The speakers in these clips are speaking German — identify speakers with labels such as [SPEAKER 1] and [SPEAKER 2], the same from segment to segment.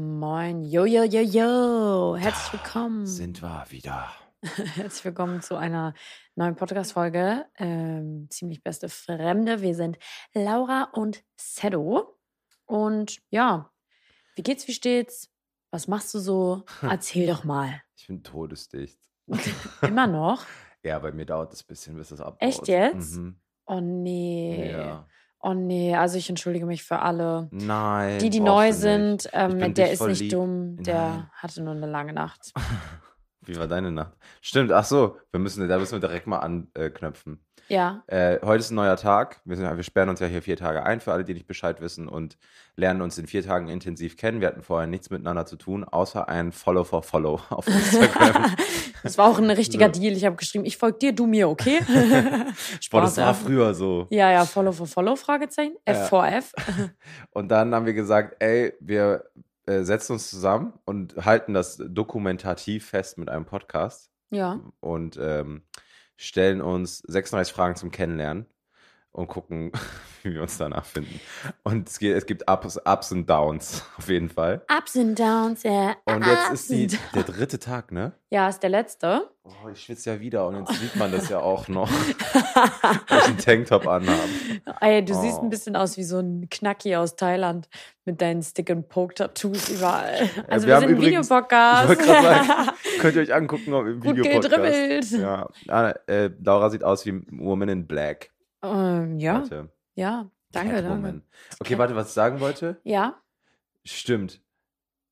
[SPEAKER 1] Moin, yo, yo, yo, yo. Herzlich willkommen.
[SPEAKER 2] Sind wir wieder.
[SPEAKER 1] Herzlich willkommen zu einer neuen Podcast-Folge. Ähm, ziemlich beste Fremde. Wir sind Laura und Sedo. Und ja, wie geht's, wie steht's? Was machst du so? Erzähl doch mal.
[SPEAKER 2] Ich bin todesdicht.
[SPEAKER 1] Immer noch?
[SPEAKER 2] Ja, bei mir dauert es ein bisschen, bis das abbaut.
[SPEAKER 1] Echt jetzt?
[SPEAKER 2] Mhm.
[SPEAKER 1] Oh nee.
[SPEAKER 2] Ja.
[SPEAKER 1] Oh nee, also ich entschuldige mich für alle.
[SPEAKER 2] Nein.
[SPEAKER 1] Die, die
[SPEAKER 2] brauchst
[SPEAKER 1] neu
[SPEAKER 2] du nicht.
[SPEAKER 1] sind, ähm,
[SPEAKER 2] Ich bin
[SPEAKER 1] der
[SPEAKER 2] dich
[SPEAKER 1] ist
[SPEAKER 2] voll
[SPEAKER 1] nicht
[SPEAKER 2] lieb.
[SPEAKER 1] dumm, der
[SPEAKER 2] Nein.
[SPEAKER 1] hatte nur eine lange Nacht.
[SPEAKER 2] Wie war deine Nacht? Stimmt, ach so, wir müssen, da müssen wir direkt mal anknöpfen.
[SPEAKER 1] Ja,
[SPEAKER 2] Äh, heute ist ein neuer Tag. Wir, sind, wir sperren uns ja hier vier Tage ein, für alle, die nicht Bescheid wissen, und lernen uns in vier Tagen intensiv kennen. Wir hatten vorher nichts miteinander zu tun, außer ein Follow for Follow auf Instagram.
[SPEAKER 1] das war auch ein richtiger
[SPEAKER 2] So.
[SPEAKER 1] Deal. Ich habe geschrieben, ich folge dir, du mir, okay?
[SPEAKER 2] Boah, das
[SPEAKER 1] Spaß.
[SPEAKER 2] war
[SPEAKER 1] ja.
[SPEAKER 2] früher so.
[SPEAKER 1] Ja, ja, Follow for Follow, Fragezeichen.
[SPEAKER 2] Ja.
[SPEAKER 1] F for F.
[SPEAKER 2] Und dann haben wir gesagt, ey, wir äh, setzen uns zusammen und halten das dokumentativ fest mit einem Podcast
[SPEAKER 1] Ja.
[SPEAKER 2] und ähm, stellen uns 36 Fragen zum Kennenlernen und gucken, wie wir uns danach finden. Und es, geht, es gibt Ups, Ups und Downs auf jeden Fall.
[SPEAKER 1] Ups and Downs, ja.
[SPEAKER 2] Und jetzt
[SPEAKER 1] Ups
[SPEAKER 2] ist die,
[SPEAKER 1] and-
[SPEAKER 2] der dritte Tag, ne?
[SPEAKER 1] Ja, ist der letzte.
[SPEAKER 2] Oh, ich schwitze ja wieder und jetzt sieht man das ja auch noch, weil ich einen Tanktop anhabe.
[SPEAKER 1] Ey, du
[SPEAKER 2] Oh.
[SPEAKER 1] siehst ein bisschen aus wie so ein Knacki aus Thailand mit deinen Stick-and-Poke-Tattoos überall. Also
[SPEAKER 2] wir
[SPEAKER 1] wir,
[SPEAKER 2] haben
[SPEAKER 1] sind ein
[SPEAKER 2] übrigens- Ich
[SPEAKER 1] Videopodcast.
[SPEAKER 2] wollte gerade sagen, könnt ihr euch angucken ob im
[SPEAKER 1] Gut
[SPEAKER 2] Videopodcast.
[SPEAKER 1] gedribbelt.
[SPEAKER 2] Ja, ah, äh, Laura sieht aus wie Woman in Black.
[SPEAKER 1] ähm, ja,
[SPEAKER 2] Warte.
[SPEAKER 1] ja. Danke, danke.
[SPEAKER 2] Catwoman. Okay, warte, was ich sagen wollte?
[SPEAKER 1] Ja.
[SPEAKER 2] Stimmt.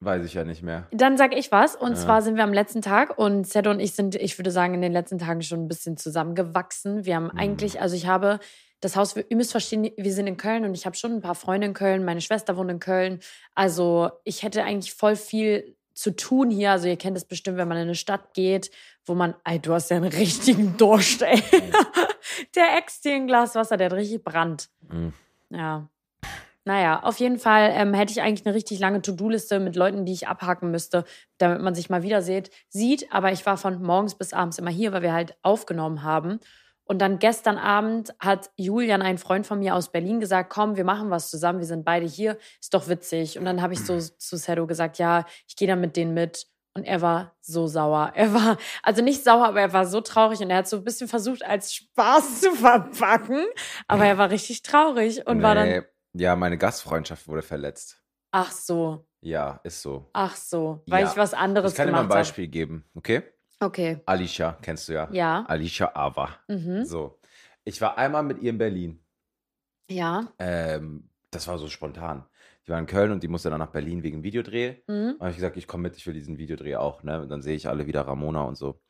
[SPEAKER 2] Weiß ich ja nicht mehr.
[SPEAKER 1] Dann sag ich was. Und
[SPEAKER 2] Ja.
[SPEAKER 1] zwar sind wir am letzten Tag und Sedo und ich sind, ich würde sagen, in den letzten Tagen schon ein bisschen zusammengewachsen. Wir haben
[SPEAKER 2] Mhm.
[SPEAKER 1] eigentlich, also ich habe das Haus, ihr müsst verstehen, wir sind in Köln und ich habe schon ein paar Freunde in Köln. Meine Schwester wohnt in Köln. Also ich hätte eigentlich voll viel zu tun hier. Also ihr kennt es bestimmt, wenn man in eine Stadt geht, wo man, ey, du hast ja einen richtigen Durst, ey. der Ex dir ein Glas Wasser, der hat richtig Brand.
[SPEAKER 2] Mhm.
[SPEAKER 1] Ja. Naja, auf jeden Fall ähm, hätte ich eigentlich eine richtig lange To-Do-Liste mit Leuten, die ich abhaken müsste, damit man sich mal wieder sieht, sieht. Aber ich war von morgens bis abends immer hier, weil wir halt aufgenommen haben. Und dann gestern Abend hat Julian, ein Freund von mir aus Berlin, gesagt, komm, wir machen was zusammen, wir sind beide hier, ist doch witzig. Und dann habe ich so zu Sedo gesagt, ja, ich gehe dann mit denen mit. Und er war so sauer. Er war, also nicht sauer, aber er war so traurig und er hat so ein bisschen versucht, als Spaß zu verpacken. Aber er war richtig traurig und war dann,
[SPEAKER 2] ja, meine Gastfreundschaft wurde verletzt.
[SPEAKER 1] ach so,
[SPEAKER 2] Ja, ist so.
[SPEAKER 1] ach so, weil
[SPEAKER 2] Ja.
[SPEAKER 1] ich was anderes
[SPEAKER 2] Ich kann dir mal ein
[SPEAKER 1] gemacht habe.
[SPEAKER 2] Beispiel geben, okay?
[SPEAKER 1] Okay,
[SPEAKER 2] Alicia, kennst du ja.
[SPEAKER 1] ja,
[SPEAKER 2] Alicia Ava.
[SPEAKER 1] mhm.
[SPEAKER 2] So. Ich war einmal mit ihr in Berlin.
[SPEAKER 1] ja,
[SPEAKER 2] Ähm, das war so spontan. Die war in Köln und die musste dann nach Berlin wegen Videodreh.
[SPEAKER 1] mhm.
[SPEAKER 2] Und habe ich gesagt, ich komme mit, ich will diesen Videodreh auch. Ne? Und dann sehe ich alle wieder Ramona und so.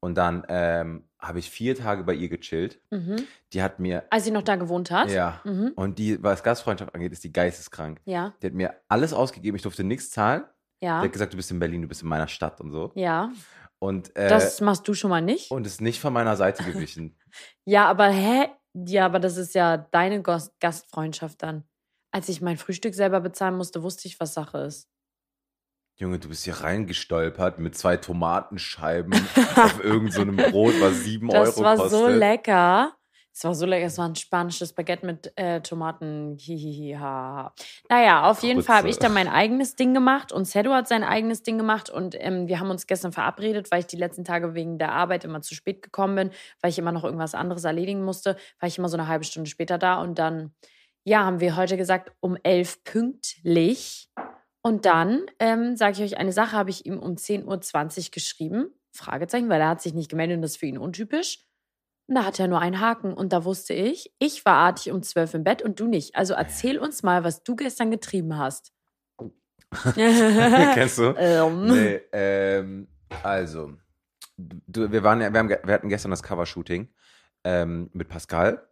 [SPEAKER 2] Und dann ähm, habe ich vier Tage bei ihr gechillt.
[SPEAKER 1] Mhm.
[SPEAKER 2] Die hat mir.
[SPEAKER 1] als sie noch da gewohnt hat.
[SPEAKER 2] Ja.
[SPEAKER 1] Mhm.
[SPEAKER 2] Und die, was Gastfreundschaft angeht, ist die geisteskrank.
[SPEAKER 1] Ja,
[SPEAKER 2] Die hat mir alles ausgegeben, ich durfte nichts zahlen. Die
[SPEAKER 1] ja,
[SPEAKER 2] hat gesagt, du bist in Berlin, du bist in meiner Stadt und so.
[SPEAKER 1] ja.
[SPEAKER 2] Und, äh,
[SPEAKER 1] Das machst du schon mal nicht.
[SPEAKER 2] und ist nicht von meiner Seite gewichen.
[SPEAKER 1] Ja, aber hä? Ja, aber das ist ja deine Gos- Gastfreundschaft dann. Als ich mein Frühstück selber bezahlen musste, wusste ich, was Sache ist.
[SPEAKER 2] Junge, du bist hier reingestolpert mit zwei Tomatenscheiben auf irgendeinem so einem Brot, was sieben
[SPEAKER 1] Das
[SPEAKER 2] Euro
[SPEAKER 1] war
[SPEAKER 2] kostet.
[SPEAKER 1] so lecker. Es war so lecker. Es war ein spanisches Baguette mit äh, Tomaten. Hihihi, ha. ha. Naja, auf jeden
[SPEAKER 2] Grütze.
[SPEAKER 1] Fall habe ich dann mein eigenes Ding gemacht und Sedo hat sein eigenes Ding gemacht und ähm, wir haben uns gestern verabredet, weil ich die letzten Tage wegen der Arbeit immer zu spät gekommen bin, weil ich immer noch irgendwas anderes erledigen musste, war ich immer so eine halbe Stunde später da und dann, ja, haben wir heute gesagt, um elf pünktlich. Und dann ähm, sage ich euch eine Sache, habe ich ihm um 10.20 Uhr geschrieben, Fragezeichen, weil er hat sich nicht gemeldet und das ist für ihn untypisch. Und da hat er nur einen Haken und da wusste ich, ich war artig um 12 im Bett und du nicht. Also erzähl uns mal, was du gestern getrieben hast. ähm,
[SPEAKER 2] Kennst du? Oh. Nee, ähm, also, du, wir, waren ja, wir, haben, ge- wir hatten gestern das Covershooting ähm, mit Pascal.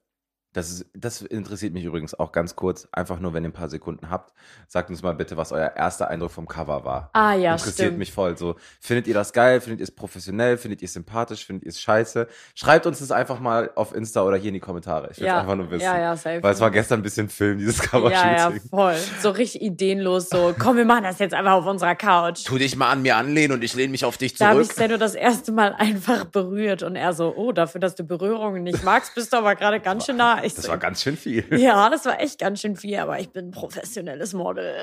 [SPEAKER 2] Das, ist, das interessiert mich übrigens auch ganz kurz. Einfach nur, wenn ihr ein paar Sekunden habt, sagt uns mal bitte, was euer erster Eindruck vom Cover war.
[SPEAKER 1] Ah ja,
[SPEAKER 2] interessiert
[SPEAKER 1] stimmt.
[SPEAKER 2] mich voll. So, findet ihr das geil? Findet ihr es professionell? Findet ihr es sympathisch? Findet ihr es scheiße? Schreibt uns das einfach mal auf Insta oder hier in die Kommentare. Ich will es
[SPEAKER 1] ja.
[SPEAKER 2] einfach nur wissen.
[SPEAKER 1] Ja, ja, safe.
[SPEAKER 2] Weil es war gestern ein bisschen Film, dieses Covershooting.
[SPEAKER 1] ja, ja, voll. So richtig ideenlos, so, komm, wir machen das jetzt einfach auf unserer Couch.
[SPEAKER 2] Tu dich mal an mir anlehnen und ich lehne mich auf dich
[SPEAKER 1] Da habe
[SPEAKER 2] zurück.
[SPEAKER 1] ich Sedo das erste Mal einfach berührt und er so, oh, dafür, dass du Berührungen nicht magst, bist du aber gerade ganz schön nah war echt
[SPEAKER 2] Das
[SPEAKER 1] so.
[SPEAKER 2] war ganz schön viel.
[SPEAKER 1] ja, das war echt ganz schön viel, aber ich bin ein professionelles Model.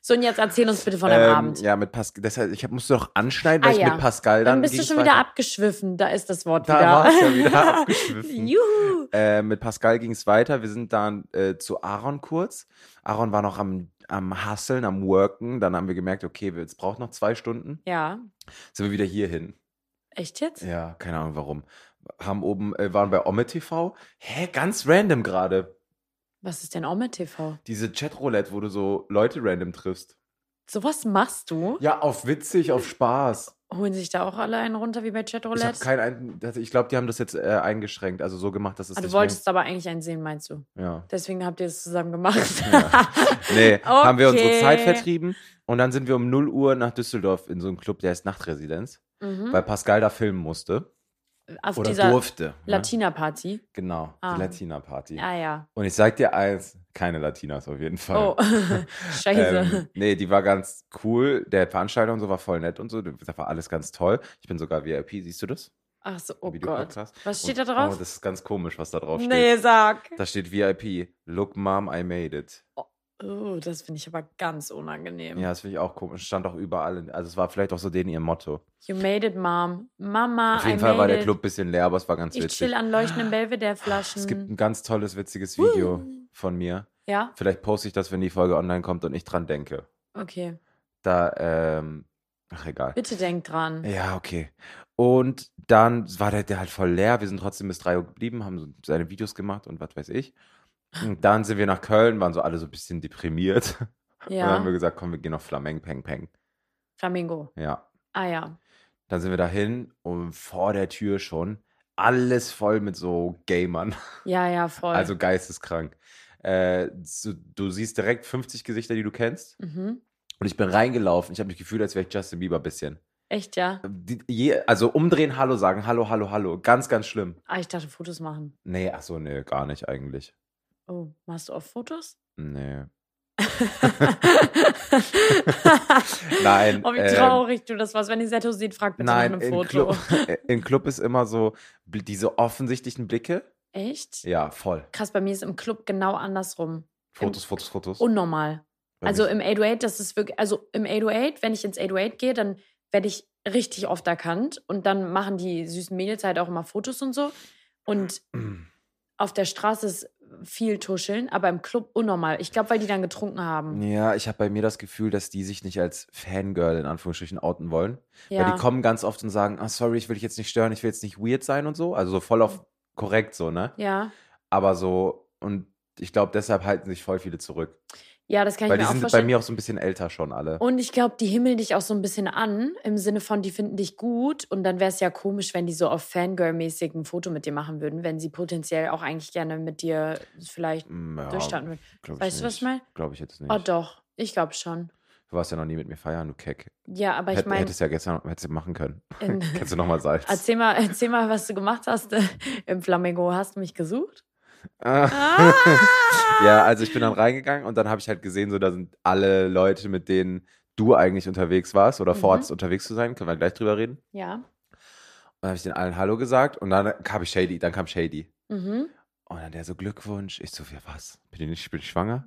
[SPEAKER 1] so, und jetzt erzähl uns bitte von deinem
[SPEAKER 2] Ähm,
[SPEAKER 1] Abend.
[SPEAKER 2] Ja, mit Pascal. Deshalb, ich hab- musste doch anschneiden,
[SPEAKER 1] Ah,
[SPEAKER 2] weil ich
[SPEAKER 1] ja.
[SPEAKER 2] mit Pascal dann.
[SPEAKER 1] Dann bist du
[SPEAKER 2] ging's
[SPEAKER 1] schon wieder
[SPEAKER 2] weiter.
[SPEAKER 1] abgeschwiffen. Da ist das Wort
[SPEAKER 2] Da
[SPEAKER 1] wieder.
[SPEAKER 2] war's ja wieder abgeschwiffen.
[SPEAKER 1] Juhu.
[SPEAKER 2] Äh, mit Pascal ging es weiter. Wir sind dann äh, zu Aaron kurz. Aaron war noch am, am Hasseln, am Worken. Dann haben wir gemerkt, okay, wir- es braucht noch zwei Stunden.
[SPEAKER 1] Ja,
[SPEAKER 2] Sind wir wieder hierhin.
[SPEAKER 1] echt jetzt?
[SPEAKER 2] Ja, keine Ahnung warum. Haben oben, äh, waren bei Omme TV. Hä, ganz random gerade.
[SPEAKER 1] Was ist denn Omme TV?
[SPEAKER 2] Diese Chatroulette, wo du so Leute random triffst.
[SPEAKER 1] Sowas machst du?
[SPEAKER 2] Ja, auf witzig, auf Spaß.
[SPEAKER 1] Holen sich da auch alle einen runter wie bei Ah,
[SPEAKER 2] Ich habe
[SPEAKER 1] Chatroulette?
[SPEAKER 2] kein, ein- das- ich glaube, die haben das jetzt äh, eingeschränkt, also so gemacht, dass es
[SPEAKER 1] Ah, du
[SPEAKER 2] nicht mehr-
[SPEAKER 1] wolltest aber eigentlich einen sehen, meinst du?
[SPEAKER 2] Ja.
[SPEAKER 1] Deswegen habt ihr das zusammen gemacht.
[SPEAKER 2] Ja. Nee, haben wir unsere
[SPEAKER 1] Okay.
[SPEAKER 2] Zeit vertrieben und dann sind wir um 0 Uhr nach Düsseldorf in so einen Club, der ist Nachtresidenz,
[SPEAKER 1] mhm.
[SPEAKER 2] weil Pascal da filmen musste
[SPEAKER 1] Auf
[SPEAKER 2] oder
[SPEAKER 1] dieser
[SPEAKER 2] durfte. ne?
[SPEAKER 1] Latina-Party.
[SPEAKER 2] Genau,
[SPEAKER 1] Ah.
[SPEAKER 2] die Latina-Party.
[SPEAKER 1] Ah ja.
[SPEAKER 2] Und ich sag dir eins, keine Latinas auf jeden Fall.
[SPEAKER 1] Oh, scheiße.
[SPEAKER 2] Ähm, nee, die war ganz cool. Der Veranstalter und so war voll nett und so. Da war alles ganz toll. Ich bin sogar VIP, siehst du das?
[SPEAKER 1] Ach so, oh Gott.
[SPEAKER 2] Videopodcast.
[SPEAKER 1] Was steht da
[SPEAKER 2] Und-
[SPEAKER 1] drauf?
[SPEAKER 2] Oh, das ist ganz komisch, was da drauf steht.
[SPEAKER 1] nee, sag.
[SPEAKER 2] Da steht VIP. Look, Mom, I made it.
[SPEAKER 1] Oh, das finde ich aber ganz unangenehm.
[SPEAKER 2] Ja, das finde ich auch komisch. Stand auch überall. In, also, es war vielleicht auch so denen ihr Motto.
[SPEAKER 1] You made it, Mom. Mama,
[SPEAKER 2] Auf
[SPEAKER 1] Ah,
[SPEAKER 2] jeden
[SPEAKER 1] I
[SPEAKER 2] Fall
[SPEAKER 1] made
[SPEAKER 2] war der
[SPEAKER 1] it.
[SPEAKER 2] Club ein bisschen leer, aber es war ganz
[SPEAKER 1] Ich
[SPEAKER 2] witzig.
[SPEAKER 1] chill an leuchtenden Belvedere-Flaschen.
[SPEAKER 2] Es gibt ein ganz tolles, witziges Video von mir.
[SPEAKER 1] Ja,
[SPEAKER 2] Vielleicht poste ich das, wenn die Folge online kommt und ich dran denke.
[SPEAKER 1] okay.
[SPEAKER 2] Da, ähm, ach, egal.
[SPEAKER 1] Bitte denk dran.
[SPEAKER 2] Ja, okay. Und dann war der, der halt voll leer. Wir sind trotzdem bis 3 Uhr geblieben, haben so seine Videos gemacht und was weiß ich. Und dann sind wir nach Köln, waren so alle so ein bisschen deprimiert. Und dann haben wir
[SPEAKER 1] Ja.
[SPEAKER 2] gesagt, komm, wir gehen auf Flameng, Peng, Peng.
[SPEAKER 1] Flamingo.
[SPEAKER 2] Ja.
[SPEAKER 1] Ah ja.
[SPEAKER 2] Dann sind wir dahin und vor der Tür schon alles voll mit so Gamern,
[SPEAKER 1] Ja, ja, voll.
[SPEAKER 2] also geisteskrank. Äh, so, du siehst direkt 50 Gesichter, die du kennst.
[SPEAKER 1] mhm.
[SPEAKER 2] Und ich bin reingelaufen. Ich habe mich gefühlt, als wäre ich Justin Bieber ein bisschen.
[SPEAKER 1] Echt, ja.
[SPEAKER 2] Die, je, also umdrehen, Hallo sagen, Hallo, Hallo, Hallo. Ganz, ganz schlimm.
[SPEAKER 1] Ah, ich dachte, Fotos machen.
[SPEAKER 2] Nee, ach so, nee, gar nicht eigentlich.
[SPEAKER 1] Oh, machst du auch Fotos?
[SPEAKER 2] Nee.
[SPEAKER 1] Nein. Oh, wie
[SPEAKER 2] ähm,
[SPEAKER 1] traurig du das warst. Wenn ihr Seto seht, fragt bitte
[SPEAKER 2] Nein,
[SPEAKER 1] nach einem
[SPEAKER 2] im
[SPEAKER 1] Foto.
[SPEAKER 2] Club, im Club ist immer so bl- diese offensichtlichen Blicke.
[SPEAKER 1] Echt?
[SPEAKER 2] Ja, voll.
[SPEAKER 1] Krass, bei mir ist im Club genau andersrum.
[SPEAKER 2] Fotos, Fotos, Fotos.
[SPEAKER 1] Unnormal.
[SPEAKER 2] Bei
[SPEAKER 1] also
[SPEAKER 2] mir-
[SPEAKER 1] im 808, das ist wirklich, also im 808, wenn ich ins 808 gehe, dann werde ich richtig oft erkannt und dann machen die süßen Mädels halt auch immer Fotos und so. Und auf der Straße ist viel Tuscheln, aber im Club unnormal. Ich glaube, weil die dann getrunken haben.
[SPEAKER 2] Ja, ich habe bei mir das Gefühl, dass die sich nicht als Fangirl in Anführungsstrichen outen wollen. Weil
[SPEAKER 1] Ja,
[SPEAKER 2] die kommen ganz oft und sagen, ah, sorry, ich will dich jetzt nicht stören, ich will jetzt nicht weird sein und so. Also so voll auf korrekt so, ne?
[SPEAKER 1] ja.
[SPEAKER 2] Aber so, und ich glaube, deshalb halten sich voll viele zurück.
[SPEAKER 1] ja das kann
[SPEAKER 2] Weil
[SPEAKER 1] ich mir
[SPEAKER 2] die
[SPEAKER 1] auch
[SPEAKER 2] sind bei
[SPEAKER 1] vorstellen.
[SPEAKER 2] mir auch so ein bisschen älter schon alle.
[SPEAKER 1] Und ich glaube, die himmeln dich auch so ein bisschen an, im Sinne von, die finden dich gut. Und dann wäre es ja komisch, wenn die so auf Fangirl-mäßig ein Foto mit dir machen würden, wenn sie potenziell auch eigentlich gerne mit dir vielleicht
[SPEAKER 2] Mm, ja,
[SPEAKER 1] durchstarten würden.
[SPEAKER 2] glaub ich
[SPEAKER 1] Weißt du, was ich
[SPEAKER 2] nicht.
[SPEAKER 1] meine?
[SPEAKER 2] Glaube ich jetzt nicht.
[SPEAKER 1] Oh, doch. Ich glaube schon.
[SPEAKER 2] Du warst ja noch nie mit mir feiern, du Keck.
[SPEAKER 1] Ja, aber ich
[SPEAKER 2] Hätt,
[SPEAKER 1] meine,
[SPEAKER 2] hättest ja gestern hättest du machen können.
[SPEAKER 1] in-
[SPEAKER 2] Kannst du nochmal Salz?
[SPEAKER 1] erzähl, mal, erzähl mal, was du gemacht hast äh, im Flamingo. Hast du mich gesucht?
[SPEAKER 2] Ah.
[SPEAKER 1] Ah!
[SPEAKER 2] Ja, also ich bin dann reingegangen und dann habe ich halt gesehen, so da sind alle Leute, mit denen du eigentlich unterwegs warst oder
[SPEAKER 1] Mhm.
[SPEAKER 2] vorhattest unterwegs zu sein, können wir gleich drüber reden. Und
[SPEAKER 1] Ja.
[SPEAKER 2] dann habe ich den allen Hallo gesagt und dann kam ich Shady, dann kam Shady.
[SPEAKER 1] Mhm.
[SPEAKER 2] Und dann der so Glückwunsch, ich so, ja was? Bin ich nicht, bin ich schwanger?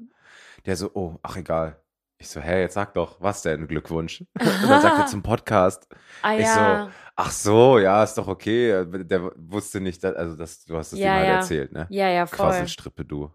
[SPEAKER 2] Der so, oh, ach egal. Ich so, hey, jetzt sag doch, was denn Glückwunsch? Und dann sagt er zum Podcast,
[SPEAKER 1] Ah
[SPEAKER 2] Ich
[SPEAKER 1] ja.
[SPEAKER 2] ach so, ja, ist doch okay. Der wusste nicht, dass- also das, du hast es
[SPEAKER 1] Ja,
[SPEAKER 2] ihm halt
[SPEAKER 1] ja.
[SPEAKER 2] erzählt, ne?
[SPEAKER 1] Ja, ja, voll.
[SPEAKER 2] Quasselstrippe, du.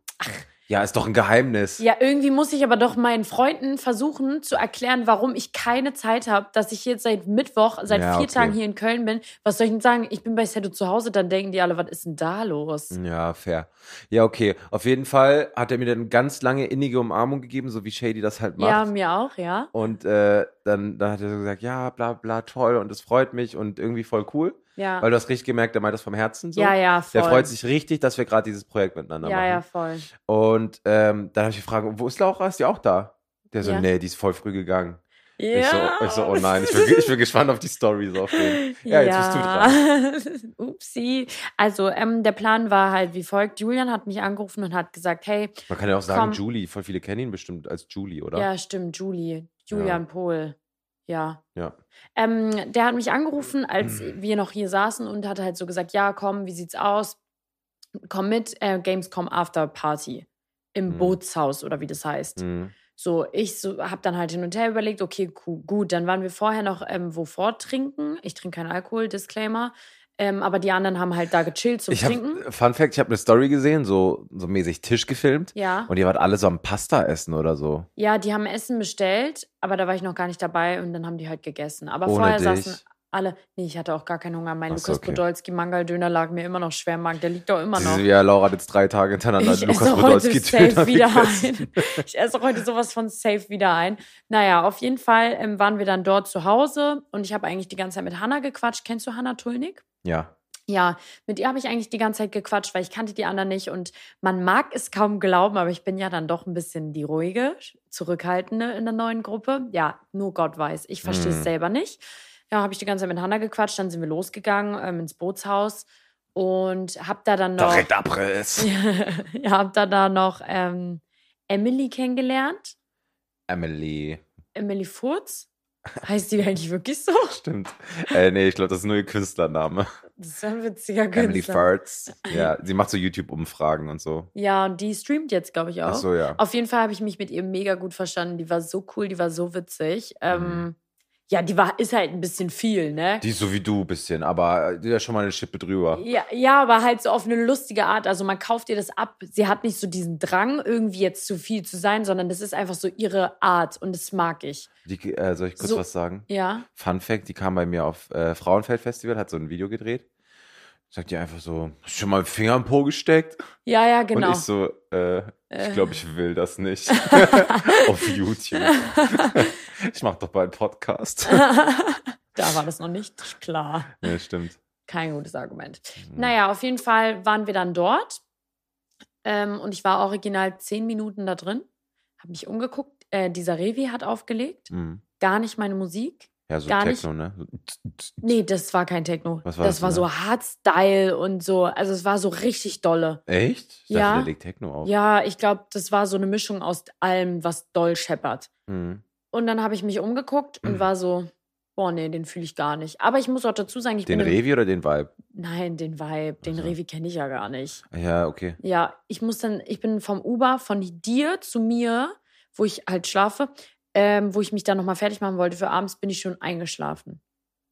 [SPEAKER 2] Ja, ist doch ein Geheimnis.
[SPEAKER 1] Ja, irgendwie muss ich aber doch meinen Freunden versuchen zu erklären, warum ich keine Zeit habe, dass ich jetzt seit Mittwoch, seit
[SPEAKER 2] Ja,
[SPEAKER 1] vier
[SPEAKER 2] okay.
[SPEAKER 1] Tagen hier in Köln bin. Was soll ich denn sagen? Ich bin bei Seto zu Hause, dann denken die alle, was ist denn da los?
[SPEAKER 2] Ja, fair. Ja, okay. Auf jeden Fall hat er mir dann ganz lange innige Umarmung gegeben, so wie Shady das halt macht.
[SPEAKER 1] Ja, mir auch, ja.
[SPEAKER 2] Und äh, dann, dann hat er so gesagt, ja, bla bla, toll und es freut mich und irgendwie voll cool.
[SPEAKER 1] Ja,
[SPEAKER 2] Weil du hast richtig gemerkt, er meint das vom Herzen so.
[SPEAKER 1] ja, ja, voll.
[SPEAKER 2] Also, Der freut sich ne? richtig, dass wir gerade dieses Projekt miteinander
[SPEAKER 1] Ja,
[SPEAKER 2] machen.
[SPEAKER 1] ja, voll.
[SPEAKER 2] Und ähm, dann habe ich gefragt, wo ist Laura? Ist die auch da? Der so,
[SPEAKER 1] Ja.
[SPEAKER 2] nee, die ist voll früh gegangen.
[SPEAKER 1] Ja.
[SPEAKER 2] Ich, so, ich so, oh nein, ich bin, ich bin gespannt auf die Story so auf den. Ja, jetzt bist du dran.
[SPEAKER 1] bist du dran. Upsi. Also, ähm, der Plan war halt wie folgt. Julian hat mich angerufen und hat gesagt, hey,
[SPEAKER 2] Man kann ja auch sagen,
[SPEAKER 1] Komm.
[SPEAKER 2] Julie, voll viele kennen ihn bestimmt als Julie, oder?
[SPEAKER 1] Ja, stimmt, Julie. Julian Pohl. Ja.
[SPEAKER 2] Ja. Hm.
[SPEAKER 1] Ähm, der hat mich angerufen, als wir noch hier saßen und hat halt so gesagt, ja, komm, wie sieht's aus? komm mit, äh, Gamescom After Party im
[SPEAKER 2] Mhm.
[SPEAKER 1] Bootshaus oder wie das heißt.
[SPEAKER 2] Mhm.
[SPEAKER 1] So, ich so, habe dann halt hin und her überlegt, okay, gu- gut, dann waren wir vorher noch ähm, wo vortrinken. Ich trinke keinen Alkohol, Disclaimer. Ähm, aber die anderen haben halt da gechillt zum
[SPEAKER 2] Ich
[SPEAKER 1] Trinken.
[SPEAKER 2] hab, Fun Fact, ich habe eine Story gesehen, so, so mäßig Tisch gefilmt.
[SPEAKER 1] Ja.
[SPEAKER 2] Und ihr wart alle so am Pasta essen oder so.
[SPEAKER 1] Ja, die haben Essen bestellt, aber da war ich noch gar nicht dabei und dann haben die halt gegessen. Aber
[SPEAKER 2] Ohne
[SPEAKER 1] vorher
[SPEAKER 2] dich.
[SPEAKER 1] saßen alle. Nee, ich hatte auch gar keinen Hunger. Mein
[SPEAKER 2] Ach so,
[SPEAKER 1] Lukas
[SPEAKER 2] okay.
[SPEAKER 1] Podolski Mangaldöner lag mir immer noch schwer im Magen. Der liegt doch immer noch.
[SPEAKER 2] Sie- Ja, Laura hat jetzt drei Tage hintereinander
[SPEAKER 1] Ich
[SPEAKER 2] Lukas
[SPEAKER 1] esse
[SPEAKER 2] Podolski
[SPEAKER 1] heute safe
[SPEAKER 2] Döner
[SPEAKER 1] wieder
[SPEAKER 2] gegessen.
[SPEAKER 1] ein. Ich esse heute sowas von safe wieder ein. Naja, auf jeden Fall ähm, waren wir dann dort zu Hause und ich habe eigentlich die ganze Zeit mit Hanna gequatscht. Kennst du Hanna Tulnik?
[SPEAKER 2] Ja.
[SPEAKER 1] Ja, mit ihr habe ich eigentlich die ganze Zeit gequatscht, weil ich kannte die anderen nicht und man mag es kaum glauben, aber ich bin ja dann doch ein bisschen die ruhige, zurückhaltende in der neuen Gruppe. Ja, nur Gott weiß, ich verstehe es
[SPEAKER 2] Mhm.
[SPEAKER 1] selber nicht. Ja, habe ich die ganze Zeit mit Hanna gequatscht, dann sind wir losgegangen ähm, ins Bootshaus und habe da dann noch
[SPEAKER 2] Direkt Abriss.
[SPEAKER 1] ja, hab dann da noch ähm, Emily kennengelernt.
[SPEAKER 2] Emily.
[SPEAKER 1] Emily Furz. Heißt die eigentlich wirklich so?
[SPEAKER 2] Stimmt. Äh, nee, ich glaube, das ist nur ihr Künstlername.
[SPEAKER 1] Das ist ja ein witziger Künstler.
[SPEAKER 2] Emily Farts. Ja, sie macht so YouTube-Umfragen und so.
[SPEAKER 1] Ja, und die streamt jetzt, glaube ich, auch.
[SPEAKER 2] Ach so, ja.
[SPEAKER 1] Auf jeden Fall habe ich mich mit ihr mega gut verstanden. Die war so cool, die war so witzig. Ähm, ja, die war, ist halt ein bisschen viel, ne?
[SPEAKER 2] Mhm. Die ist so wie du ein bisschen, aber äh, die ist ja schon mal eine Schippe drüber.
[SPEAKER 1] Ja, ja, aber halt so auf eine lustige Art. Also man kauft ihr das ab. Sie hat nicht so diesen Drang, irgendwie jetzt zu viel zu sein, sondern das ist einfach so ihre Art und das mag ich.
[SPEAKER 2] Die, äh, soll ich kurz
[SPEAKER 1] So-
[SPEAKER 2] was sagen?
[SPEAKER 1] Ja.
[SPEAKER 2] Fun Fact, die kam bei mir auf äh, Frauenfeld-Festival, hat so ein Video gedreht. Sagt die einfach so, hast du schon mal einen Finger im Po gesteckt?
[SPEAKER 1] Ja, ja, genau.
[SPEAKER 2] Und ich so, äh,
[SPEAKER 1] Äh.
[SPEAKER 2] ich glaube, ich will das nicht. auf YouTube. ich mache doch bald einen Podcast.
[SPEAKER 1] da war das noch nicht klar. Hm.
[SPEAKER 2] ja, stimmt.
[SPEAKER 1] Kein gutes Argument.
[SPEAKER 2] Mhm.
[SPEAKER 1] Naja, auf jeden Fall waren wir dann dort. Ähm, und ich war original zehn Minuten da drin, habe mich umgeguckt. Äh, dieser Revi hat aufgelegt.
[SPEAKER 2] Mhm.
[SPEAKER 1] Gar nicht meine Musik.
[SPEAKER 2] Ja, so
[SPEAKER 1] Gar
[SPEAKER 2] Techno, ne? So,
[SPEAKER 1] Nee, das war kein Techno.
[SPEAKER 2] Was war
[SPEAKER 1] das,
[SPEAKER 2] das
[SPEAKER 1] war
[SPEAKER 2] denn
[SPEAKER 1] so Hardstyle und so. Also es war so richtig dolle.
[SPEAKER 2] Echt? Ich
[SPEAKER 1] Ja.
[SPEAKER 2] dachte, der legt Techno auf.
[SPEAKER 1] Ja, ich glaube, das war so eine Mischung aus allem, was doll scheppert.
[SPEAKER 2] Mhm.
[SPEAKER 1] Und dann habe ich mich umgeguckt und
[SPEAKER 2] Mhm.
[SPEAKER 1] war so, boah, nee, den fühle ich gar nicht. Aber ich muss auch dazu sagen, ich
[SPEAKER 2] Den
[SPEAKER 1] bin. im-
[SPEAKER 2] Revi oder den Vibe?
[SPEAKER 1] Nein, den Vibe, den
[SPEAKER 2] Ach so.
[SPEAKER 1] Revi kenne ich ja gar nicht.
[SPEAKER 2] Ja, okay.
[SPEAKER 1] Ja, ich muss dann, ich bin vom Uber von dir zu mir, wo ich halt schlafe, ähm, wo ich mich dann nochmal fertig machen wollte für abends, bin ich schon eingeschlafen.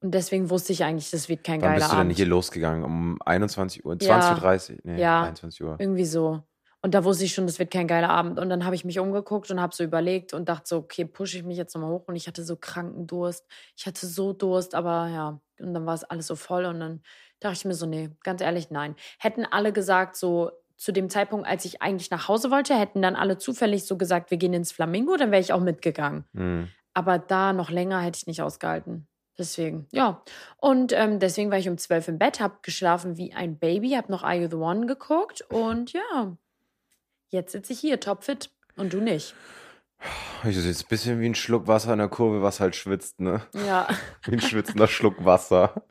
[SPEAKER 1] Und deswegen wusste ich eigentlich, das wird kein
[SPEAKER 2] Wann
[SPEAKER 1] geiler
[SPEAKER 2] bist du denn
[SPEAKER 1] Abend.
[SPEAKER 2] hier losgegangen? Um 21 Uhr,
[SPEAKER 1] Ja.
[SPEAKER 2] 20.30 Uhr? Nee,
[SPEAKER 1] Ja.
[SPEAKER 2] 21 Uhr.
[SPEAKER 1] Irgendwie so. Und da wusste ich schon, das wird kein geiler Abend. Und dann habe ich mich umgeguckt und habe so überlegt und dachte so, okay, pushe ich mich jetzt nochmal hoch. Und ich hatte so kranken Durst. Ich hatte so Durst, aber ja. Und dann war es alles so voll. Und dann dachte ich mir so, nee, ganz ehrlich, nein. Hätten alle gesagt, so zu dem Zeitpunkt, als ich eigentlich nach Hause wollte, hätten dann alle zufällig so gesagt, wir gehen ins Flamingo, dann wäre ich auch mitgegangen.
[SPEAKER 2] Mhm.
[SPEAKER 1] Aber da noch länger hätte ich nicht ausgehalten. Deswegen, ja. Und ähm, deswegen war ich um zwölf im Bett, habe geschlafen wie ein Baby, habe noch Are You the One geguckt und ja, jetzt sitze ich hier topfit und du nicht.
[SPEAKER 2] Ich ist jetzt ein bisschen wie ein Schluck Wasser in der Kurve, was halt schwitzt, ne?
[SPEAKER 1] Ja,
[SPEAKER 2] Wie ein schwitzender Schluck Wasser.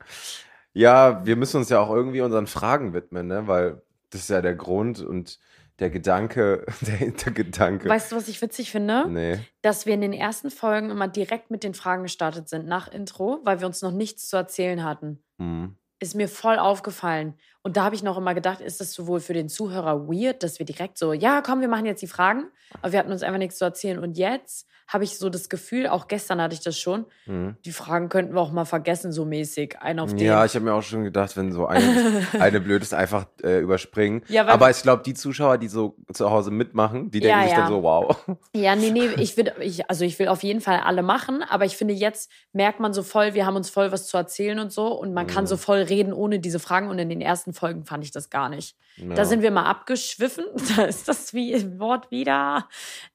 [SPEAKER 2] Ja, wir müssen uns ja auch irgendwie unseren Fragen widmen, ne? Weil das ist ja der Grund und der Gedanke, der Hintergedanke.
[SPEAKER 1] weißt du, was ich witzig finde?
[SPEAKER 2] nee.
[SPEAKER 1] Dass wir in den ersten Folgen immer direkt mit den Fragen gestartet sind nach Intro, weil wir uns noch nichts zu erzählen hatten.
[SPEAKER 2] Hm.
[SPEAKER 1] Ist mir voll aufgefallen. Und da habe ich noch immer gedacht, ist das sowohl für den Zuhörer weird, dass wir direkt so, ja, komm, wir machen jetzt die Fragen, aber wir hatten uns einfach nichts zu erzählen. Und jetzt habe ich so das Gefühl, auch gestern hatte ich das schon,
[SPEAKER 2] Hm.
[SPEAKER 1] die Fragen könnten wir auch mal vergessen, so mäßig, einen auf den.
[SPEAKER 2] Ja, ich habe mir auch schon gedacht, wenn so eine, eine blödes einfach äh, überspringen.
[SPEAKER 1] Ja, weil-
[SPEAKER 2] Aber ich glaube, die Zuschauer, die so zu Hause mitmachen, die denken
[SPEAKER 1] Ja,
[SPEAKER 2] sich
[SPEAKER 1] ja.
[SPEAKER 2] dann so, wow.
[SPEAKER 1] Ja, nee, nee, ich will, ich, also ich will auf jeden Fall alle machen, aber ich finde, jetzt merkt man so voll, wir haben uns voll was zu erzählen und so und man kann
[SPEAKER 2] Mhm.
[SPEAKER 1] so voll reden ohne diese Fragen und in den ersten Folgen fand ich das gar nicht. Da
[SPEAKER 2] Ja.
[SPEAKER 1] sind wir mal abgeschwiffen, da ist das wie Wort wieder.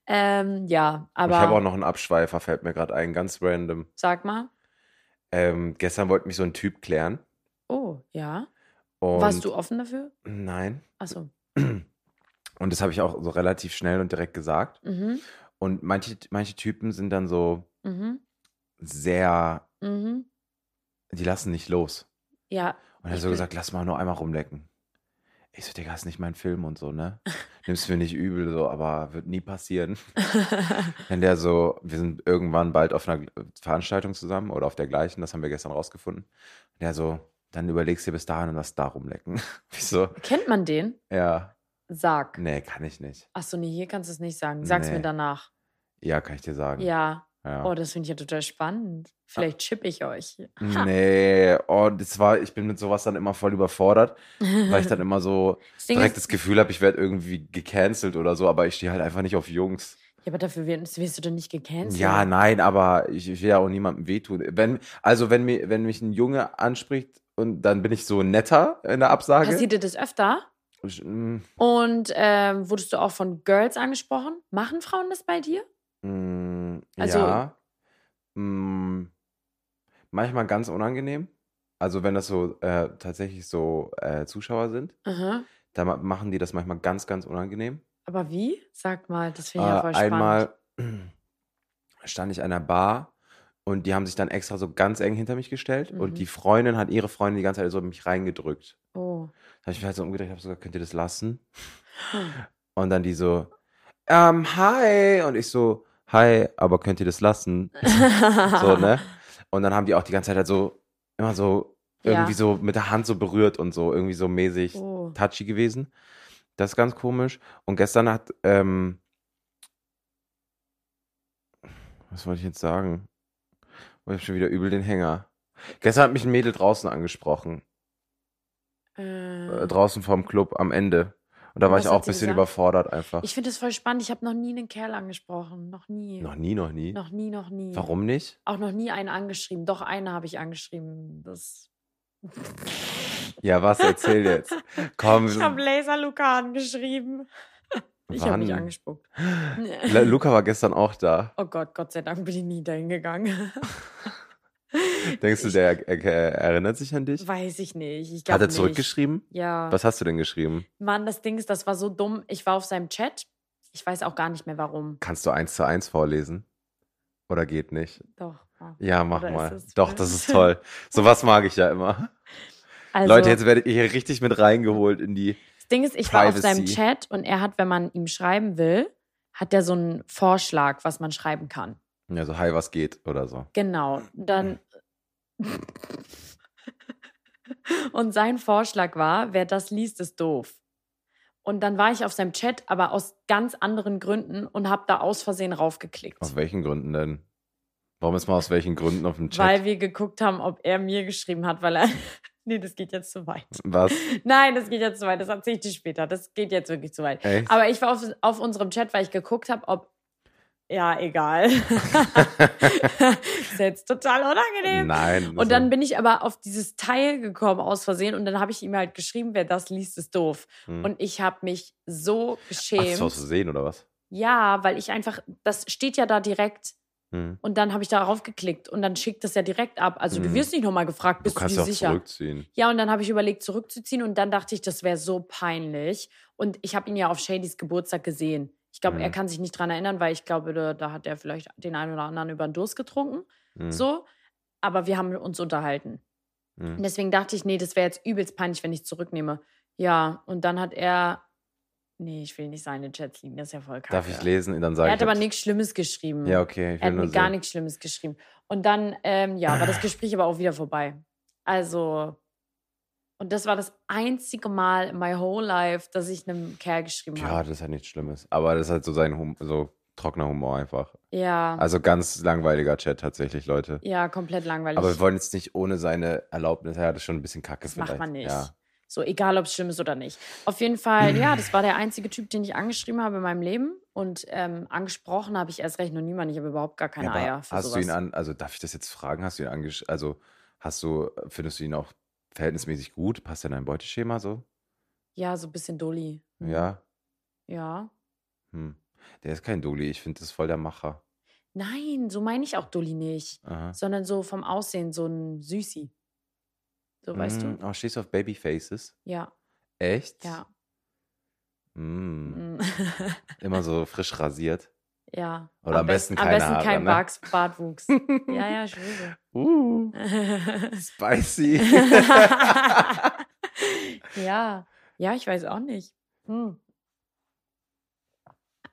[SPEAKER 1] Ähm, ja,
[SPEAKER 2] ich habe auch
[SPEAKER 1] aber
[SPEAKER 2] noch einen Abschweifer, fällt mir gerade ein, ganz random.
[SPEAKER 1] sag mal,
[SPEAKER 2] Ähm, gestern wollte mich so ein Typ klären.
[SPEAKER 1] oh, ja.
[SPEAKER 2] Und
[SPEAKER 1] Warst du offen dafür?
[SPEAKER 2] Nein.
[SPEAKER 1] Achso.
[SPEAKER 2] Und das habe ich auch so relativ schnell und direkt gesagt.
[SPEAKER 1] Mhm,
[SPEAKER 2] Und manche, manche Typen sind dann so
[SPEAKER 1] mhm,
[SPEAKER 2] sehr,
[SPEAKER 1] mhm.
[SPEAKER 2] die lassen nicht los.
[SPEAKER 1] Ja,
[SPEAKER 2] Und er hat
[SPEAKER 1] Ich
[SPEAKER 2] so
[SPEAKER 1] bin-
[SPEAKER 2] gesagt, lass mal nur einmal rumlecken. Ich so, Digga, ist nicht mein Film und so, ne? Nimmst mir nicht übel, so, aber wird nie passieren. Wenn der so, wir sind irgendwann bald auf einer Veranstaltung zusammen oder auf der gleichen, das haben wir gestern rausgefunden. Und der so, Dann überlegst du dir bis dahin und lass da rumlecken. Wieso?
[SPEAKER 1] Kennt man den?
[SPEAKER 2] Ja.
[SPEAKER 1] Sag.
[SPEAKER 2] Nee, kann ich nicht.
[SPEAKER 1] Achso, nee, hier kannst du es nicht sagen. Sag's
[SPEAKER 2] Nee.
[SPEAKER 1] mir danach.
[SPEAKER 2] Ja, kann ich dir sagen.
[SPEAKER 1] Ja.
[SPEAKER 2] Ja.
[SPEAKER 1] Oh, das finde ich ja total spannend. Vielleicht chippe ich euch.
[SPEAKER 2] Nee, oh, das war, ich bin mit sowas dann immer voll überfordert, weil ich dann immer so
[SPEAKER 1] Das Ding
[SPEAKER 2] direkt
[SPEAKER 1] ist,
[SPEAKER 2] das Gefühl habe, ich werde irgendwie gecancelt oder so, aber ich stehe halt einfach nicht auf Jungs.
[SPEAKER 1] ja, aber dafür wirst, wirst du doch nicht gecancelt.
[SPEAKER 2] Ja, nein, aber ich, ich will ja auch niemandem wehtun. Wenn, also wenn, mir, wenn mich ein Junge anspricht und dann bin ich so netter in der Absage.
[SPEAKER 1] Passiert dir das öfter?
[SPEAKER 2] Ich- mm,
[SPEAKER 1] Und ähm, wurdest du auch von Girls angesprochen? Machen Frauen das bei dir?
[SPEAKER 2] mm,
[SPEAKER 1] Also-
[SPEAKER 2] ja. Mm, manchmal ganz unangenehm. Also wenn das so äh, tatsächlich so äh, Zuschauer sind,
[SPEAKER 1] Mhm.
[SPEAKER 2] da ma- machen die das manchmal ganz, ganz unangenehm.
[SPEAKER 1] Aber wie? Sag mal, das finde ich ja
[SPEAKER 2] Äh,
[SPEAKER 1] voll spannend.
[SPEAKER 2] einmal stand ich an einer Bar und die haben sich dann extra so ganz eng hinter mich gestellt
[SPEAKER 1] Mhm.
[SPEAKER 2] und die Freundin hat ihre Freundin die ganze Zeit so in mich reingedrückt.
[SPEAKER 1] Oh.
[SPEAKER 2] Da habe ich mir halt so umgedreht, habe sogar, könnt ihr das lassen?
[SPEAKER 1] Hm.
[SPEAKER 2] Und dann die so, ähm, hi. Und ich so, hi, aber könnt ihr das lassen? So, ne? Und dann haben die auch die ganze Zeit halt so, immer so, irgendwie
[SPEAKER 1] Ja.
[SPEAKER 2] so mit der Hand so berührt und so, irgendwie so mäßig
[SPEAKER 1] Oh.
[SPEAKER 2] touchy gewesen. Das ist ganz komisch. Und gestern hat, ähm, was wollte ich jetzt sagen? Oh, Ich habe schon wieder übel den Hänger. Gestern hat mich ein Mädel draußen angesprochen. Äh,
[SPEAKER 1] Äh,
[SPEAKER 2] draußen vorm Club am Ende. Und da war
[SPEAKER 1] Was
[SPEAKER 2] ich
[SPEAKER 1] hat
[SPEAKER 2] auch ein
[SPEAKER 1] sie
[SPEAKER 2] bisschen
[SPEAKER 1] gesagt?
[SPEAKER 2] überfordert einfach.
[SPEAKER 1] ich finde das voll spannend. Ich habe noch nie einen Kerl angesprochen. Noch nie.
[SPEAKER 2] noch nie, noch nie.
[SPEAKER 1] Noch nie, noch nie.
[SPEAKER 2] Warum nicht?
[SPEAKER 1] Auch noch nie einen angeschrieben. Doch, einen habe ich angeschrieben. Das
[SPEAKER 2] Ja, was? Erzähl jetzt. Komm.
[SPEAKER 1] ich habe Laser Luca angeschrieben. Ich habe mich angespuckt.
[SPEAKER 2] La- Luca war gestern auch da.
[SPEAKER 1] Oh Gott, Gott sei Dank bin ich nie dahin gegangen.
[SPEAKER 2] Denkst du,
[SPEAKER 1] Ich-
[SPEAKER 2] der er, er, erinnert sich an dich?
[SPEAKER 1] Weiß ich nicht. Ich glaub
[SPEAKER 2] Hat er
[SPEAKER 1] nicht.
[SPEAKER 2] zurückgeschrieben?
[SPEAKER 1] Ja.
[SPEAKER 2] Was hast du denn geschrieben?
[SPEAKER 1] Mann, das Ding ist, das war so dumm. Ich war auf seinem Chat. Ich weiß auch gar nicht mehr warum.
[SPEAKER 2] Kannst du eins zu eins vorlesen? Oder geht nicht?
[SPEAKER 1] Doch. ja.
[SPEAKER 2] Ja, mach
[SPEAKER 1] Oder ist
[SPEAKER 2] mal.
[SPEAKER 1] es-
[SPEAKER 2] Doch, das ist toll. Sowas mag ich ja immer.
[SPEAKER 1] Also,
[SPEAKER 2] Leute, jetzt werdet ihr hier richtig mit reingeholt in die.
[SPEAKER 1] das Ding ist, ich war auf
[SPEAKER 2] Privacy.
[SPEAKER 1] seinem Chat und er hat, wenn man ihm schreiben will, hat er so einen Vorschlag, was man schreiben kann.
[SPEAKER 2] Ja, so, hi, was geht oder so.
[SPEAKER 1] Genau. Dann. Und sein Vorschlag war, wer das liest, ist doof. Und dann war ich auf seinem Chat, aber aus ganz anderen Gründen und habe da aus Versehen raufgeklickt.
[SPEAKER 2] Aus welchen Gründen denn? Warum ist man aus welchen Gründen auf dem Chat?
[SPEAKER 1] Weil wir geguckt haben, ob er mir geschrieben hat, weil er. nee, das geht jetzt zu weit.
[SPEAKER 2] was?
[SPEAKER 1] Nein, das geht jetzt zu weit. Das erzähle ich dir später. Das geht jetzt wirklich zu weit.
[SPEAKER 2] Echt?
[SPEAKER 1] Aber ich war auf, auf unserem Chat, weil ich geguckt habe, ob. Ja, egal. ist jetzt total unangenehm.
[SPEAKER 2] Nein. Also,
[SPEAKER 1] Und dann bin ich aber auf dieses Teil gekommen aus Versehen und dann habe ich ihm halt geschrieben, wer das liest, ist doof.
[SPEAKER 2] bin
[SPEAKER 1] Und ich habe mich so
[SPEAKER 2] Ach, hm. das
[SPEAKER 1] geschämt.
[SPEAKER 2] war aus Versehen, oder was?
[SPEAKER 1] Ja, weil ich einfach, das steht ja da direkt
[SPEAKER 2] Hm.
[SPEAKER 1] und dann habe ich darauf geklickt und dann schickt das ja direkt ab. Also du
[SPEAKER 2] Mhm.
[SPEAKER 1] wirst nicht nochmal gefragt,
[SPEAKER 2] Du
[SPEAKER 1] bist du,
[SPEAKER 2] kannst
[SPEAKER 1] dir
[SPEAKER 2] ja auch
[SPEAKER 1] sicher?
[SPEAKER 2] zurückziehen.
[SPEAKER 1] Ja, und dann habe ich überlegt, zurückzuziehen und dann dachte ich, das wäre so peinlich. Und ich habe ihn ja auf Shadys Geburtstag gesehen. Ich glaube,
[SPEAKER 2] Mhm.
[SPEAKER 1] er kann sich nicht dran erinnern, weil ich glaube, da, da hat er vielleicht den einen oder anderen über den Durst getrunken.
[SPEAKER 2] Hm.
[SPEAKER 1] So. ne, Aber wir haben uns unterhalten.
[SPEAKER 2] Hm.
[SPEAKER 1] Und deswegen dachte ich, nee, das wäre jetzt übelst peinlich, wenn ich zurücknehme. Ja, und dann hat er. Nee, ich will nicht seine Chats liegen, das ist ja voll kacke.
[SPEAKER 2] Darf ich lesen? Dann sage
[SPEAKER 1] Er
[SPEAKER 2] ich
[SPEAKER 1] hat aber
[SPEAKER 2] jetzt-
[SPEAKER 1] nichts Schlimmes geschrieben.
[SPEAKER 2] Ja, okay. Ich
[SPEAKER 1] er hat
[SPEAKER 2] will nur
[SPEAKER 1] mir gar
[SPEAKER 2] sehen.
[SPEAKER 1] nichts Schlimmes geschrieben. Und dann, ähm, ja, war das Gespräch aber auch wieder vorbei. Also, und das war das einzige Mal in my whole life, dass ich einem Kerl geschrieben
[SPEAKER 2] Ja,
[SPEAKER 1] habe.
[SPEAKER 2] das ist halt nichts Schlimmes. Aber das ist halt so sein hum so trockener Humor einfach.
[SPEAKER 1] Ja,
[SPEAKER 2] Also ganz langweiliger Chat tatsächlich, Leute.
[SPEAKER 1] ja, komplett langweilig.
[SPEAKER 2] Aber wir wollen jetzt nicht ohne seine Erlaubnis. Ja, das ist schon ein bisschen kacke
[SPEAKER 1] Das
[SPEAKER 2] vielleicht.
[SPEAKER 1] macht man nicht.
[SPEAKER 2] Ja.
[SPEAKER 1] So, egal ob es schlimm ist oder nicht. Auf jeden Fall, ja, das war der einzige Typ, den ich angeschrieben habe in meinem Leben. Und ähm, angesprochen habe ich erst recht noch niemanden. Ich habe überhaupt gar keine
[SPEAKER 2] ja, aber
[SPEAKER 1] Eier für
[SPEAKER 2] hast
[SPEAKER 1] sowas.
[SPEAKER 2] du ihn an, also darf ich das jetzt fragen? Hast du ihn angesch... Also hast du, findest du ihn auch verhältnismäßig gut? Passt er in dein Beuteschema so?
[SPEAKER 1] ja, so ein bisschen Dolly. Mhm.
[SPEAKER 2] Ja.
[SPEAKER 1] Ja.
[SPEAKER 2] Hm. Der ist kein Doli, ich finde das ist voll der Macher.
[SPEAKER 1] Nein, so meine ich auch Dolly nicht.
[SPEAKER 2] Aha.
[SPEAKER 1] Sondern so vom Aussehen, so ein Süßi. So, weißt
[SPEAKER 2] Mm,
[SPEAKER 1] du?
[SPEAKER 2] Oh, stehst du auf Babyfaces?
[SPEAKER 1] Ja,
[SPEAKER 2] Echt?
[SPEAKER 1] ja.
[SPEAKER 2] Mm.
[SPEAKER 1] mm.
[SPEAKER 2] Immer so frisch rasiert.
[SPEAKER 1] ja.
[SPEAKER 2] Oder am besten keine
[SPEAKER 1] Am besten
[SPEAKER 2] Haare,
[SPEAKER 1] kein
[SPEAKER 2] ne?
[SPEAKER 1] Barks- Bartwuchs. ja, ja, ich will.
[SPEAKER 2] Uh, spicy.
[SPEAKER 1] ja, ja, ich weiß auch nicht. Hm.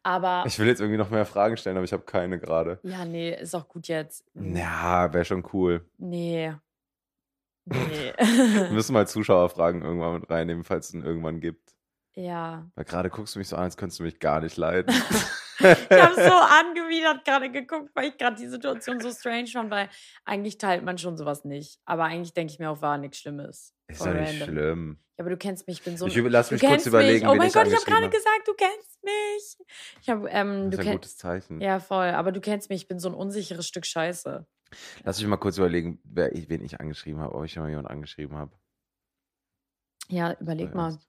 [SPEAKER 1] Aber
[SPEAKER 2] ich will jetzt irgendwie noch mehr Fragen stellen, aber ich habe keine gerade. Mhm.
[SPEAKER 1] ja, nee, ist auch gut jetzt.
[SPEAKER 2] Ja, wäre schon cool.
[SPEAKER 1] Nee. Nee.
[SPEAKER 2] Wir müssen mal Zuschauerfragen irgendwann mit reinnehmen, falls es ihn irgendwann gibt.
[SPEAKER 1] ja.
[SPEAKER 2] Weil gerade guckst du mich so an, als könntest du mich gar nicht leiden.
[SPEAKER 1] Ich habe so angewidert gerade geguckt, weil ich gerade die Situation so strange fand, weil eigentlich teilt man schon sowas nicht. Aber eigentlich denke ich mir auch, war nichts Schlimmes.
[SPEAKER 2] Ist
[SPEAKER 1] Voll
[SPEAKER 2] doch nicht
[SPEAKER 1] random.
[SPEAKER 2] schlimm.
[SPEAKER 1] Ja, aber du kennst mich, ich bin so
[SPEAKER 2] Ich über- lass
[SPEAKER 1] Du
[SPEAKER 2] mich kurz
[SPEAKER 1] kennst
[SPEAKER 2] überlegen,
[SPEAKER 1] mich. Oh
[SPEAKER 2] wen
[SPEAKER 1] mein
[SPEAKER 2] ich
[SPEAKER 1] Gott, ich habe
[SPEAKER 2] angeschrieben
[SPEAKER 1] gerade gesagt, du kennst mich. Ich habe, ähm,
[SPEAKER 2] Das
[SPEAKER 1] du
[SPEAKER 2] ist ein
[SPEAKER 1] kennst.
[SPEAKER 2] gutes Zeichen.
[SPEAKER 1] Ja, voll. Aber du kennst mich, ich bin so ein unsicheres Stück Scheiße.
[SPEAKER 2] Lass mich mal kurz überlegen, wer ich, wen ich angeschrieben habe, ob ich schon mal jemanden angeschrieben habe.
[SPEAKER 1] Ja, überleg
[SPEAKER 2] Voll
[SPEAKER 1] mal.
[SPEAKER 2] ernst.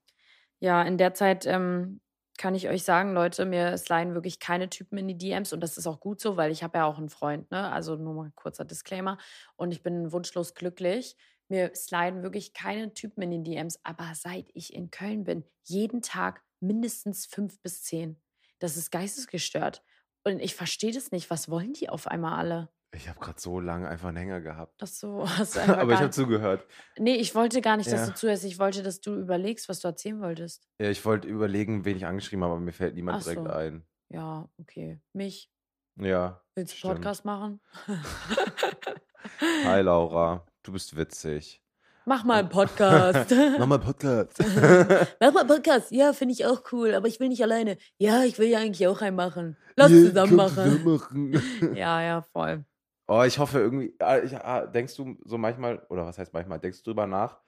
[SPEAKER 1] Ja, in der Zeit ähm, kann ich euch sagen, Leute, mir sliden wirklich keine Typen in die DMs und das ist auch gut so, weil ich habe ja auch einen Freund, ne? Also nur mal kurzer Disclaimer. Und ich bin wunschlos glücklich. Mir sliden wirklich keine Typen in die DMs, aber seit ich in Köln bin, jeden Tag mindestens fünf bis zehn. Das ist geistesgestört. Und ich verstehe das nicht. Was wollen die auf einmal alle?
[SPEAKER 2] Ich habe gerade so lange einfach einen Hänger gehabt.
[SPEAKER 1] Das so. hast du einfach
[SPEAKER 2] Aber
[SPEAKER 1] gar
[SPEAKER 2] ich habe
[SPEAKER 1] nicht-
[SPEAKER 2] zugehört.
[SPEAKER 1] Nee, ich wollte gar nicht, dass
[SPEAKER 2] Ja.
[SPEAKER 1] du zuhörst. Ich wollte, dass du überlegst, was du erzählen wolltest.
[SPEAKER 2] Ja, Ich wollte überlegen, wen ich angeschrieben habe, aber mir fällt niemand
[SPEAKER 1] Ach
[SPEAKER 2] direkt
[SPEAKER 1] so.
[SPEAKER 2] ein.
[SPEAKER 1] Ja, okay. Mich.
[SPEAKER 2] Ja.
[SPEAKER 1] Willst du
[SPEAKER 2] Stimmt.
[SPEAKER 1] einen Podcast machen?
[SPEAKER 2] Hi Laura, du bist witzig.
[SPEAKER 1] Mach mal einen
[SPEAKER 2] Oh.
[SPEAKER 1] Podcast.
[SPEAKER 2] Nochmal Podcast.
[SPEAKER 1] Mach mal einen Podcast. Ja, finde ich auch cool, aber ich will nicht alleine. Ja, ich will ja eigentlich auch einen machen. Lass
[SPEAKER 2] Yeah,
[SPEAKER 1] zusammen
[SPEAKER 2] komm,
[SPEAKER 1] machen.
[SPEAKER 2] zusammen machen.
[SPEAKER 1] Ja, ja, voll.
[SPEAKER 2] Oh, ich hoffe irgendwie. ah, Ich, ah, denkst du so manchmal, oder was heißt manchmal, denkst du drüber nach,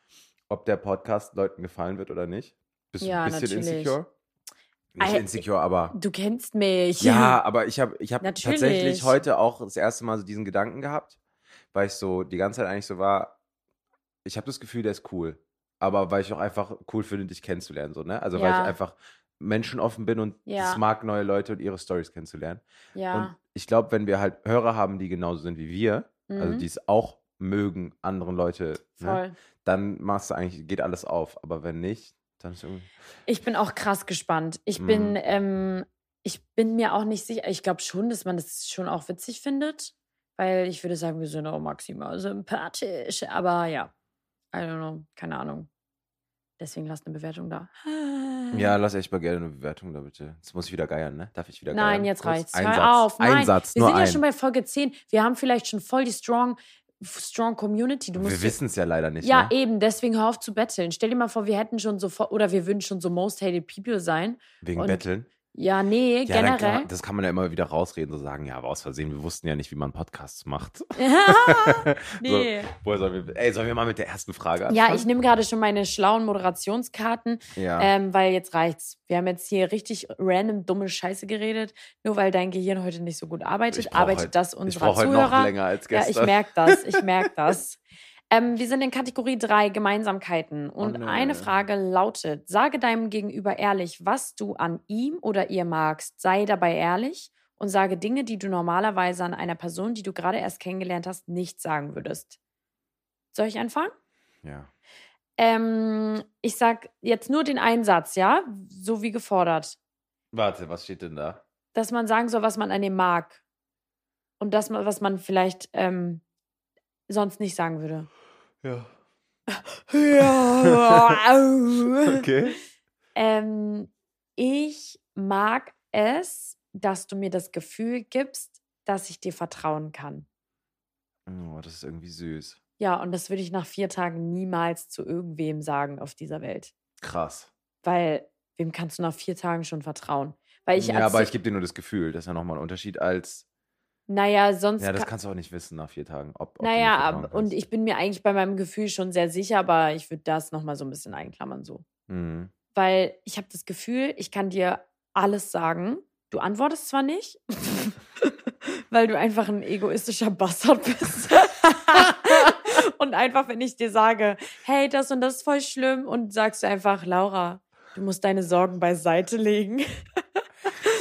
[SPEAKER 2] ob der Podcast Leuten gefallen wird oder nicht? Bist
[SPEAKER 1] Ja,
[SPEAKER 2] du ein bisschen
[SPEAKER 1] natürlich.
[SPEAKER 2] insecure? Nicht
[SPEAKER 1] Ei,
[SPEAKER 2] insecure, aber.
[SPEAKER 1] Du kennst mich.
[SPEAKER 2] Ja, aber ich habe ich hab tatsächlich
[SPEAKER 1] Natürlich.
[SPEAKER 2] heute auch das erste Mal so diesen Gedanken gehabt, weil ich so die ganze Zeit eigentlich so war, ich habe das Gefühl, der ist cool. Aber weil ich auch einfach cool finde, dich kennenzulernen, so, ne? Also weil
[SPEAKER 1] Ja.
[SPEAKER 2] ich einfach menschenoffen bin und
[SPEAKER 1] Ja.
[SPEAKER 2] es mag, neue Leute und ihre Stories kennenzulernen. Und
[SPEAKER 1] Ja.
[SPEAKER 2] ich glaube, wenn wir halt Hörer haben, die genauso sind wie wir, also
[SPEAKER 1] Mhm.
[SPEAKER 2] die es auch mögen, anderen Leute, ne?
[SPEAKER 1] Voll.
[SPEAKER 2] dann machst du eigentlich, geht alles auf. Aber wenn nicht, dann ist irgendwie.
[SPEAKER 1] Ich bin auch krass gespannt. Ich
[SPEAKER 2] Mhm.
[SPEAKER 1] bin, ähm, ich bin mir auch nicht sicher. Ich glaube schon, dass man das schon auch witzig findet, weil ich würde sagen, wir sind auch maximal sympathisch. Aber ja, I don't know, keine Ahnung. Deswegen lasst eine Bewertung da. Mhm.
[SPEAKER 2] Ja, lass echt mal gerne eine Bewertung da bitte. Jetzt muss ich wieder geiern, ne? Darf ich wieder geiern?
[SPEAKER 1] Nein, jetzt
[SPEAKER 2] Kurz?
[SPEAKER 1] reicht's.
[SPEAKER 2] Ein
[SPEAKER 1] Hör
[SPEAKER 2] Satz.
[SPEAKER 1] auf. Nein.
[SPEAKER 2] Ein Satz,
[SPEAKER 1] wir
[SPEAKER 2] nur
[SPEAKER 1] sind
[SPEAKER 2] ein.
[SPEAKER 1] ja schon bei Folge 10. Wir haben vielleicht schon voll die strong, strong Community. Du musst
[SPEAKER 2] wir wissen es ja leider nicht.
[SPEAKER 1] Ja, eh
[SPEAKER 2] ne?
[SPEAKER 1] eben, deswegen hör auf zu betteln. Stell dir mal vor, wir hätten schon so, vor- oder wir würden schon so Most Hated People sein.
[SPEAKER 2] Wegen
[SPEAKER 1] und
[SPEAKER 2] Betteln.
[SPEAKER 1] Ja, nee,
[SPEAKER 2] Ja, dann kann,
[SPEAKER 1] generell.
[SPEAKER 2] man- das kann man ja immer wieder rausreden, so sagen, ja, aber aus Versehen, wir wussten ja nicht, wie man Podcasts macht.
[SPEAKER 1] Ah, nee.
[SPEAKER 2] So, woher sollen wir, ey, sollen wir mal mit der ersten Frage anfangen?
[SPEAKER 1] Ja, ich nehme gerade schon meine schlauen Moderationskarten,
[SPEAKER 2] Ja.
[SPEAKER 1] ähm, weil jetzt reicht's. Wir haben jetzt hier richtig random dumme Scheiße geredet, nur weil dein Gehirn heute nicht so gut arbeitet,
[SPEAKER 2] Ich brauch
[SPEAKER 1] arbeitet
[SPEAKER 2] heute-
[SPEAKER 1] das
[SPEAKER 2] ich
[SPEAKER 1] unserer
[SPEAKER 2] brauche heute
[SPEAKER 1] Zuhörer.
[SPEAKER 2] noch länger als
[SPEAKER 1] ja, ich
[SPEAKER 2] gestern.
[SPEAKER 1] merke das, ich merke das. Ähm, wir sind in Kategorie 3, Gemeinsamkeiten. Und
[SPEAKER 2] nö.
[SPEAKER 1] eine Frage lautet: Sage deinem Gegenüber ehrlich, was du an ihm oder ihr magst. Sei dabei ehrlich und sage Dinge, die du normalerweise an einer Person, die du gerade erst kennengelernt hast, nicht sagen würdest. Soll ich anfangen?
[SPEAKER 2] ja.
[SPEAKER 1] Ähm, ich sag jetzt nur den einen Satz, ja? So wie gefordert.
[SPEAKER 2] Warte, was steht denn da?
[SPEAKER 1] Dass man sagen soll, was man an dem mag. Und das, was man vielleicht ähm, sonst nicht sagen würde.
[SPEAKER 2] Ja.
[SPEAKER 1] okay.
[SPEAKER 2] Okay.
[SPEAKER 1] ähm, ich mag es, dass du mir das Gefühl gibst, dass ich dir vertrauen kann.
[SPEAKER 2] Oh, das ist irgendwie süß.
[SPEAKER 1] Ja, und das würde ich nach vier Tagen niemals zu irgendwem sagen auf dieser Welt.
[SPEAKER 2] Krass.
[SPEAKER 1] Weil wem kannst du nach vier Tagen schon vertrauen? Weil ich
[SPEAKER 2] ja, aber
[SPEAKER 1] erzähl-
[SPEAKER 2] ich gebe dir nur das Gefühl, das ist ja nochmal ein Unterschied als,
[SPEAKER 1] Naja, sonst.
[SPEAKER 2] ja, das
[SPEAKER 1] ka-
[SPEAKER 2] kannst du auch nicht wissen nach vier Tagen, ob, ob du mir
[SPEAKER 1] naja,
[SPEAKER 2] vertrauen
[SPEAKER 1] ab, und
[SPEAKER 2] kannst.
[SPEAKER 1] ich bin mir eigentlich bei meinem Gefühl schon sehr sicher, aber ich würde das nochmal so ein bisschen einklammern so.
[SPEAKER 2] Mhm.
[SPEAKER 1] Weil ich habe das Gefühl, ich kann dir alles sagen. Du antwortest zwar nicht, weil du einfach ein egoistischer Bastard bist. und einfach, wenn ich dir sage, hey, das und das ist voll schlimm, und sagst du einfach, Laura, du musst deine Sorgen beiseite legen.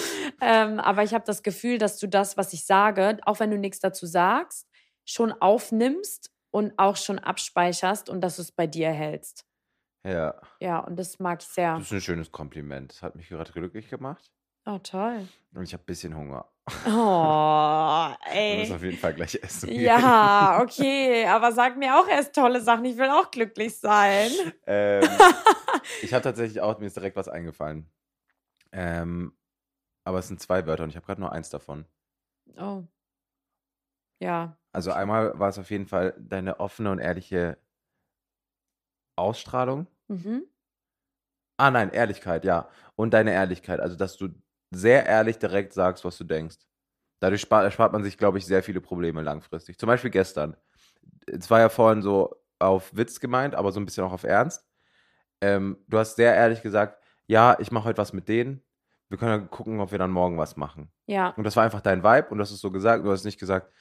[SPEAKER 1] ähm, aber ich habe das Gefühl, dass du das, was ich sage, auch wenn du nichts dazu sagst, schon aufnimmst und auch schon abspeicherst und dass du es bei dir hältst.
[SPEAKER 2] Ja,
[SPEAKER 1] Ja, und das mag ich sehr.
[SPEAKER 2] das ist ein schönes Kompliment. Das hat mich gerade glücklich gemacht.
[SPEAKER 1] Oh, toll.
[SPEAKER 2] Und ich habe ein bisschen Hunger.
[SPEAKER 1] Oh,
[SPEAKER 2] Wir müssen auf
[SPEAKER 1] ey.
[SPEAKER 2] jeden Fall gleich essen. gehen.
[SPEAKER 1] Ja, okay, aber sag mir auch erst tolle Sachen. Ich will auch glücklich sein.
[SPEAKER 2] Ähm, ich habe tatsächlich auch, mir ist direkt was eingefallen. Ähm, aber es sind zwei Wörter und ich habe gerade nur eins davon.
[SPEAKER 1] Oh. Ja,
[SPEAKER 2] Also einmal war es auf jeden Fall deine offene und ehrliche Ausstrahlung?
[SPEAKER 1] Mhm.
[SPEAKER 2] Ah nein, Ehrlichkeit, ja. Und deine Ehrlichkeit, also dass du sehr ehrlich direkt sagst, was du denkst. Dadurch spart, erspart man sich, glaube ich, sehr viele Probleme langfristig. Zum Beispiel gestern. Es war ja vorhin so auf Witz gemeint, aber so ein bisschen auch auf Ernst. Ähm, du hast sehr ehrlich gesagt, ja, ich mache heute was mit denen. Wir können ja gucken, ob wir dann morgen was machen.
[SPEAKER 1] Ja,
[SPEAKER 2] Und das war einfach dein Vibe und das ist so gesagt. Du hast nicht gesagt,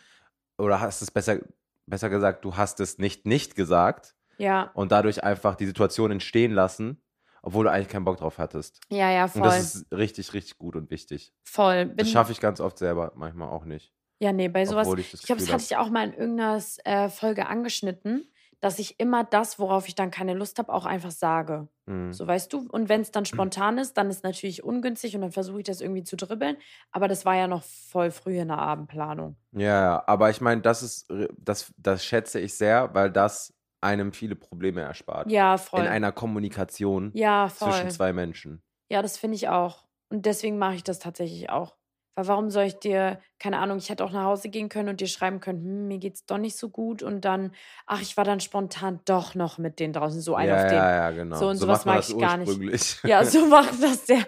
[SPEAKER 2] oder hast es besser, besser gesagt, du hast es nicht nicht gesagt
[SPEAKER 1] ja,
[SPEAKER 2] und dadurch einfach die Situation entstehen lassen, obwohl du eigentlich keinen Bock drauf hattest.
[SPEAKER 1] ja, ja,
[SPEAKER 2] Und das
[SPEAKER 1] voll.
[SPEAKER 2] ist richtig, richtig gut und wichtig.
[SPEAKER 1] Voll. Bin,
[SPEAKER 2] das schaffe ich ganz oft selber, manchmal auch nicht.
[SPEAKER 1] ja, nee, bei sowas.
[SPEAKER 2] obwohl ich das
[SPEAKER 1] Ich glaube, das
[SPEAKER 2] Gefühl
[SPEAKER 1] hatte ich auch mal in irgendeiner äh, Folge angeschnitten, dass ich immer das, worauf ich dann keine Lust habe, auch einfach sage.
[SPEAKER 2] hab. Mhm.
[SPEAKER 1] So weißt du. Und wenn es
[SPEAKER 2] Hm.
[SPEAKER 1] dann spontan ist, dann ist natürlich ungünstig und dann versuche ich das irgendwie zu dribbeln. Aber das war ja noch voll früh in der Abendplanung.
[SPEAKER 2] Ja, ja, aber ich meine, das ist, äh, das, das schätze ich sehr, weil das einem viele Probleme erspart.
[SPEAKER 1] Ja, voll.
[SPEAKER 2] In einer Kommunikation
[SPEAKER 1] ja, voll.
[SPEAKER 2] zwischen zwei Menschen.
[SPEAKER 1] Ja, das finde ich auch. Und deswegen mache ich das tatsächlich auch. Weil warum soll ich dir, keine Ahnung, ich hätte auch nach Hause gehen können und dir schreiben können, hm, mir geht's doch nicht so gut und dann, ach, ich war dann spontan doch noch mit denen draußen, so ein
[SPEAKER 2] ja,
[SPEAKER 1] auf den.
[SPEAKER 2] ja, ja, genau.
[SPEAKER 1] So und
[SPEAKER 2] so
[SPEAKER 1] sowas
[SPEAKER 2] macht man
[SPEAKER 1] mag
[SPEAKER 2] das
[SPEAKER 1] ich gar nicht.
[SPEAKER 2] ursprünglich.
[SPEAKER 1] Ja, so macht das der.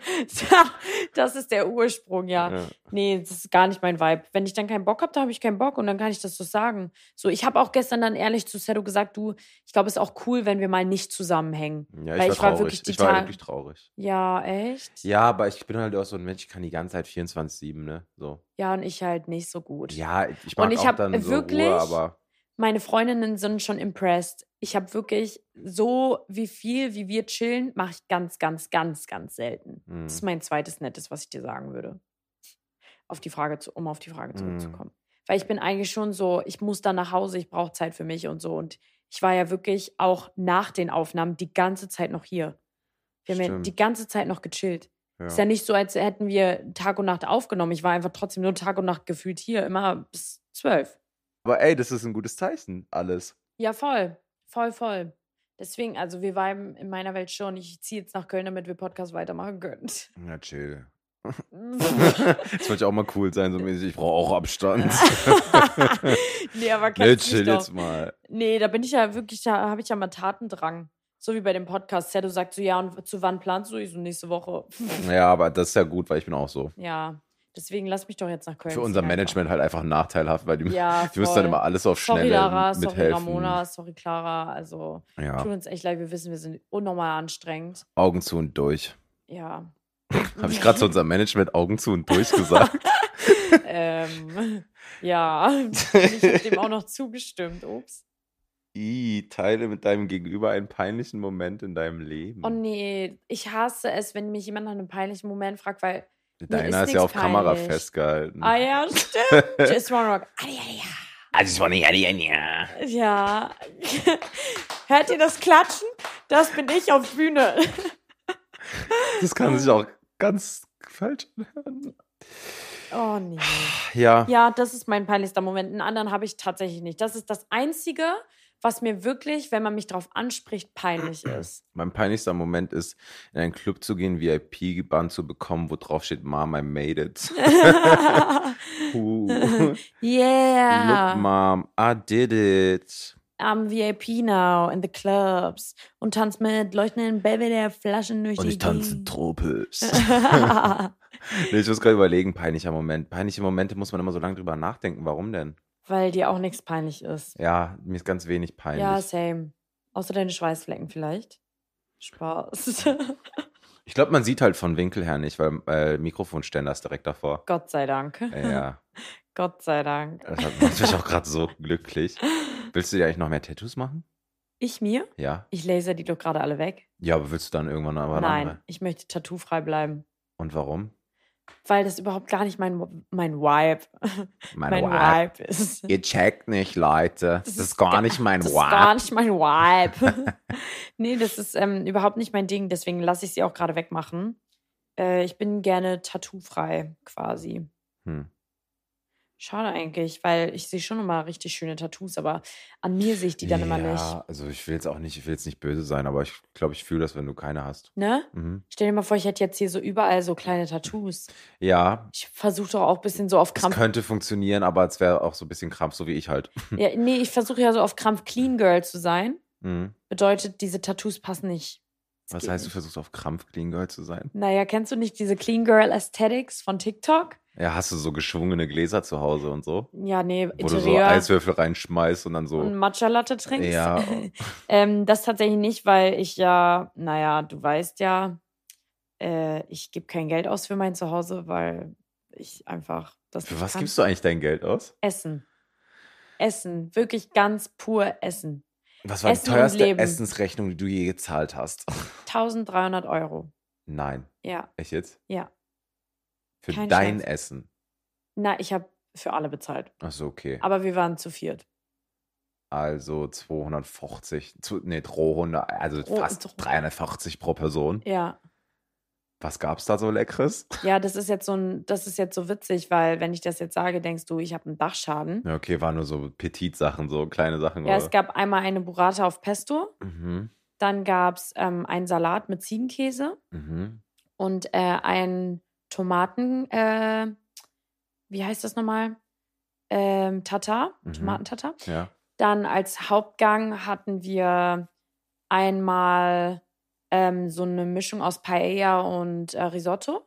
[SPEAKER 1] Das ist der Ursprung, ja. Nee, das ist gar nicht mein Vibe. Wenn ich dann keinen Bock habe, dann habe ich keinen Bock und dann kann ich das so sagen. So, ich habe auch gestern dann ehrlich zu Sedo gesagt, du, ich glaube, es ist auch cool, wenn wir mal nicht zusammenhängen. Weil
[SPEAKER 2] Ja, ich war
[SPEAKER 1] ich war
[SPEAKER 2] traurig.
[SPEAKER 1] wirklich die
[SPEAKER 2] ich war
[SPEAKER 1] Tage-
[SPEAKER 2] wirklich traurig.
[SPEAKER 1] Ja, echt?
[SPEAKER 2] Ja, aber ich bin halt auch so ein Mensch, ich kann die ganze Zeit 24-7, ne? So.
[SPEAKER 1] Ja, und ich halt nicht so gut.
[SPEAKER 2] Ja, ich mag
[SPEAKER 1] ich
[SPEAKER 2] auch
[SPEAKER 1] hab
[SPEAKER 2] dann so
[SPEAKER 1] wirklich-
[SPEAKER 2] Ruhe, aber
[SPEAKER 1] Meine Freundinnen sind schon impressed. Ich habe wirklich so, wie viel, wie wir chillen, mache ich ganz, ganz, ganz, ganz selten.
[SPEAKER 2] Mhm.
[SPEAKER 1] Das ist mein zweites Nettes, was ich dir sagen würde. Auf die Frage zu, um auf die
[SPEAKER 2] Mhm.
[SPEAKER 1] Frage zurückzukommen. Weil ich bin eigentlich schon so, ich muss dann nach Hause, ich brauche Zeit für mich und so. Und ich war ja wirklich auch nach den Aufnahmen die ganze Zeit noch hier. Wir haben ja
[SPEAKER 2] Stimmt.
[SPEAKER 1] die ganze Zeit noch gechillt.
[SPEAKER 2] ja.
[SPEAKER 1] Ist ja nicht so, als hätten wir Tag und Nacht aufgenommen. Ich war einfach trotzdem nur Tag und Nacht gefühlt hier, immer bis zwölf.
[SPEAKER 2] Aber ey, das ist ein gutes Zeichen, alles.
[SPEAKER 1] Ja, voll. Voll, voll. Deswegen, also wir viben in meiner Welt schon. Ich ziehe jetzt nach Köln, damit wir Podcast weitermachen können.
[SPEAKER 2] Na, chill. das wollte ich auch mal cool sein, so mäßig. Ich brauche auch Abstand.
[SPEAKER 1] nee, aber
[SPEAKER 2] ne,
[SPEAKER 1] kennst du
[SPEAKER 2] chill
[SPEAKER 1] mich doch.
[SPEAKER 2] jetzt mal.
[SPEAKER 1] Nee, da bin ich ja wirklich, da habe ich ja mal Tatendrang. So wie bei dem Podcast. Ja, du sagst so, ja, und zu wann planst du? Ich so, nächste Woche.
[SPEAKER 2] Ja, aber das ist ja gut, weil ich bin auch so.
[SPEAKER 1] Ja, deswegen lass mich doch jetzt nach Köln.
[SPEAKER 2] Für
[SPEAKER 1] ziehen
[SPEAKER 2] unser
[SPEAKER 1] einfach.
[SPEAKER 2] Management halt einfach nachteilhaft, weil die,
[SPEAKER 1] Ja,
[SPEAKER 2] die müssen dann
[SPEAKER 1] voll.
[SPEAKER 2] immer alles auf
[SPEAKER 1] Sorry,
[SPEAKER 2] Schnelle
[SPEAKER 1] Lara,
[SPEAKER 2] mithelfen.
[SPEAKER 1] sorry, Ramona, sorry, Clara. Also, tut
[SPEAKER 2] Ja,
[SPEAKER 1] uns echt leid, wir wissen, wir sind unnormal anstrengend.
[SPEAKER 2] Augen zu und durch.
[SPEAKER 1] Ja.
[SPEAKER 2] Habe ich gerade zu unserem Management Augen zu und durch gesagt?
[SPEAKER 1] ähm, ja, ich habe dem auch noch zugestimmt. Ups.
[SPEAKER 2] I, teile mit deinem Gegenüber einen peinlichen Moment in deinem Leben.
[SPEAKER 1] Oh nee, ich hasse es, wenn mich jemand nach einem peinlichen Moment fragt, weil.
[SPEAKER 2] Deiner
[SPEAKER 1] ist
[SPEAKER 2] ist, ja auf
[SPEAKER 1] nichts
[SPEAKER 2] Kamera
[SPEAKER 1] peinlich.
[SPEAKER 2] festgehalten.
[SPEAKER 1] Ah ja, stimmt. Just one rock. Ah, ja, ja.
[SPEAKER 2] Also es war nicht, ja, ja.
[SPEAKER 1] ja. Hört ihr das Klatschen? Das bin ich auf Bühne.
[SPEAKER 2] Das kann sich auch ganz falsch anhören.
[SPEAKER 1] Oh nee.
[SPEAKER 2] Ja,
[SPEAKER 1] Ja, das ist mein peinlichster Moment. Einen anderen habe ich tatsächlich nicht. Das ist das Einzige, was mir wirklich, wenn man mich drauf anspricht, peinlich ist.
[SPEAKER 2] mein peinlichster Moment ist, in einen Club zu gehen, VIP-Band zu bekommen, wo drauf steht, Mom, I made it. uh. Look,
[SPEAKER 1] yeah.
[SPEAKER 2] Mom, I did it.
[SPEAKER 1] I'm VIP now in the clubs und tanz mit leuchtenden Belvedere-Flaschen durch
[SPEAKER 2] Und
[SPEAKER 1] die
[SPEAKER 2] ich tanze
[SPEAKER 1] Gegend.
[SPEAKER 2] tropisch. nee, ich muss gerade überlegen, peinlicher Moment. Peinliche Momente muss man immer so lange drüber nachdenken. Warum denn?
[SPEAKER 1] Weil dir auch nichts peinlich ist.
[SPEAKER 2] Ja, mir ist ganz wenig peinlich.
[SPEAKER 1] Ja, same. Außer deine Schweißflecken vielleicht. Spaß.
[SPEAKER 2] ich glaube, man sieht halt von Winkel her nicht, weil äh, Mikrofonständer ist direkt davor.
[SPEAKER 1] Gott sei Dank.
[SPEAKER 2] Ja,
[SPEAKER 1] Gott sei Dank.
[SPEAKER 2] das hat- macht mich auch gerade so glücklich. Willst du dir eigentlich noch mehr Tattoos machen?
[SPEAKER 1] Ich mir?
[SPEAKER 2] Ja.
[SPEAKER 1] Ich laser die doch gerade alle weg.
[SPEAKER 2] Ja, aber willst du dann irgendwann aber
[SPEAKER 1] Nein,
[SPEAKER 2] andere?
[SPEAKER 1] ich möchte tattoofrei bleiben.
[SPEAKER 2] Und warum?
[SPEAKER 1] Weil das überhaupt gar nicht mein, mein Vibe,
[SPEAKER 2] Mein,
[SPEAKER 1] mein
[SPEAKER 2] Vibe.
[SPEAKER 1] Vibe ist.
[SPEAKER 2] Ihr checkt nicht, Leute. Das,
[SPEAKER 1] Das
[SPEAKER 2] ist
[SPEAKER 1] ist
[SPEAKER 2] gar
[SPEAKER 1] ga-
[SPEAKER 2] nicht mein
[SPEAKER 1] Das ist gar
[SPEAKER 2] Vibe.
[SPEAKER 1] nicht mein Vibe. nee, das ist ähm, überhaupt nicht mein Ding, deswegen lasse ich sie auch gerade wegmachen. Äh, ich bin gerne tattoofrei quasi.
[SPEAKER 2] Hm.
[SPEAKER 1] Schade eigentlich, weil ich sehe schon immer richtig schöne Tattoos, aber an mir sehe ich die dann immer nicht.
[SPEAKER 2] Ja, also ich will jetzt auch nicht, ich will jetzt nicht böse sein, aber ich glaube, ich fühle das, wenn du keine hast.
[SPEAKER 1] Ne?
[SPEAKER 2] Mhm.
[SPEAKER 1] Stell dir mal vor, ich hätte jetzt hier so überall so kleine Tattoos.
[SPEAKER 2] Ja,
[SPEAKER 1] Ich versuche doch auch ein bisschen so auf
[SPEAKER 2] es
[SPEAKER 1] Krampf.
[SPEAKER 2] könnte funktionieren, aber es wäre auch so ein bisschen Krampf, so wie ich halt.
[SPEAKER 1] Ja, nee, ich versuche ja so auf Krampf Clean Girl zu sein.
[SPEAKER 2] Mhm.
[SPEAKER 1] Bedeutet, diese Tattoos passen nicht. Das
[SPEAKER 2] Was
[SPEAKER 1] geht
[SPEAKER 2] heißt, du
[SPEAKER 1] nicht.
[SPEAKER 2] versuchst auf Krampf Clean Girl zu sein?
[SPEAKER 1] Naja, kennst du nicht diese Clean Girl Aesthetics von TikTok?
[SPEAKER 2] Ja, hast du so geschwungene Gläser zu Hause und so?
[SPEAKER 1] Ja, nee,
[SPEAKER 2] Wo du so
[SPEAKER 1] Interieur
[SPEAKER 2] Eiswürfel reinschmeißt und dann so.
[SPEAKER 1] und Matcha Latte trinkst.
[SPEAKER 2] Ja.
[SPEAKER 1] ähm, das tatsächlich nicht, weil ich ja, naja, du weißt ja, äh, ich gebe kein Geld aus für mein Zuhause, weil ich einfach das
[SPEAKER 2] Für
[SPEAKER 1] nicht
[SPEAKER 2] was
[SPEAKER 1] kann.
[SPEAKER 2] gibst du eigentlich dein Geld aus?
[SPEAKER 1] Essen. Essen, wirklich ganz pur Essen.
[SPEAKER 2] Was war
[SPEAKER 1] Essen
[SPEAKER 2] die
[SPEAKER 1] und
[SPEAKER 2] teuerste
[SPEAKER 1] Leben.
[SPEAKER 2] Essensrechnung, die du je gezahlt hast?
[SPEAKER 1] 1300 Euro.
[SPEAKER 2] Nein.
[SPEAKER 1] Ja,
[SPEAKER 2] Echt jetzt?
[SPEAKER 1] ja.
[SPEAKER 2] Für
[SPEAKER 1] Kein
[SPEAKER 2] dein
[SPEAKER 1] Scheiß.
[SPEAKER 2] Essen.
[SPEAKER 1] Na, ich habe für alle bezahlt.
[SPEAKER 2] Ach so, okay.
[SPEAKER 1] Aber wir waren zu viert.
[SPEAKER 2] Also 240, zu, nee, 300, also
[SPEAKER 1] Oh,
[SPEAKER 2] fast
[SPEAKER 1] dro-
[SPEAKER 2] 340 pro Person.
[SPEAKER 1] Ja.
[SPEAKER 2] Was gab's da so Leckeres?
[SPEAKER 1] Ja, das ist jetzt so ein, das ist jetzt so witzig, weil wenn ich das jetzt sage, denkst du, ich habe einen Dachschaden.
[SPEAKER 2] Ja, okay, waren nur so Petit-Sachen, so kleine Sachen.
[SPEAKER 1] Ja, es
[SPEAKER 2] oder?
[SPEAKER 1] gab einmal eine Burrata auf Pesto,
[SPEAKER 2] Mhm,
[SPEAKER 1] dann gab es ähm, einen Salat mit Ziegenkäse
[SPEAKER 2] mhm.
[SPEAKER 1] und äh, einen Tomaten, äh, wie heißt das nochmal? Ähm, Tata,
[SPEAKER 2] Mhm.
[SPEAKER 1] Tomatentata.
[SPEAKER 2] Ja.
[SPEAKER 1] Dann als Hauptgang hatten wir einmal ähm, so eine Mischung aus Paella und äh, Risotto.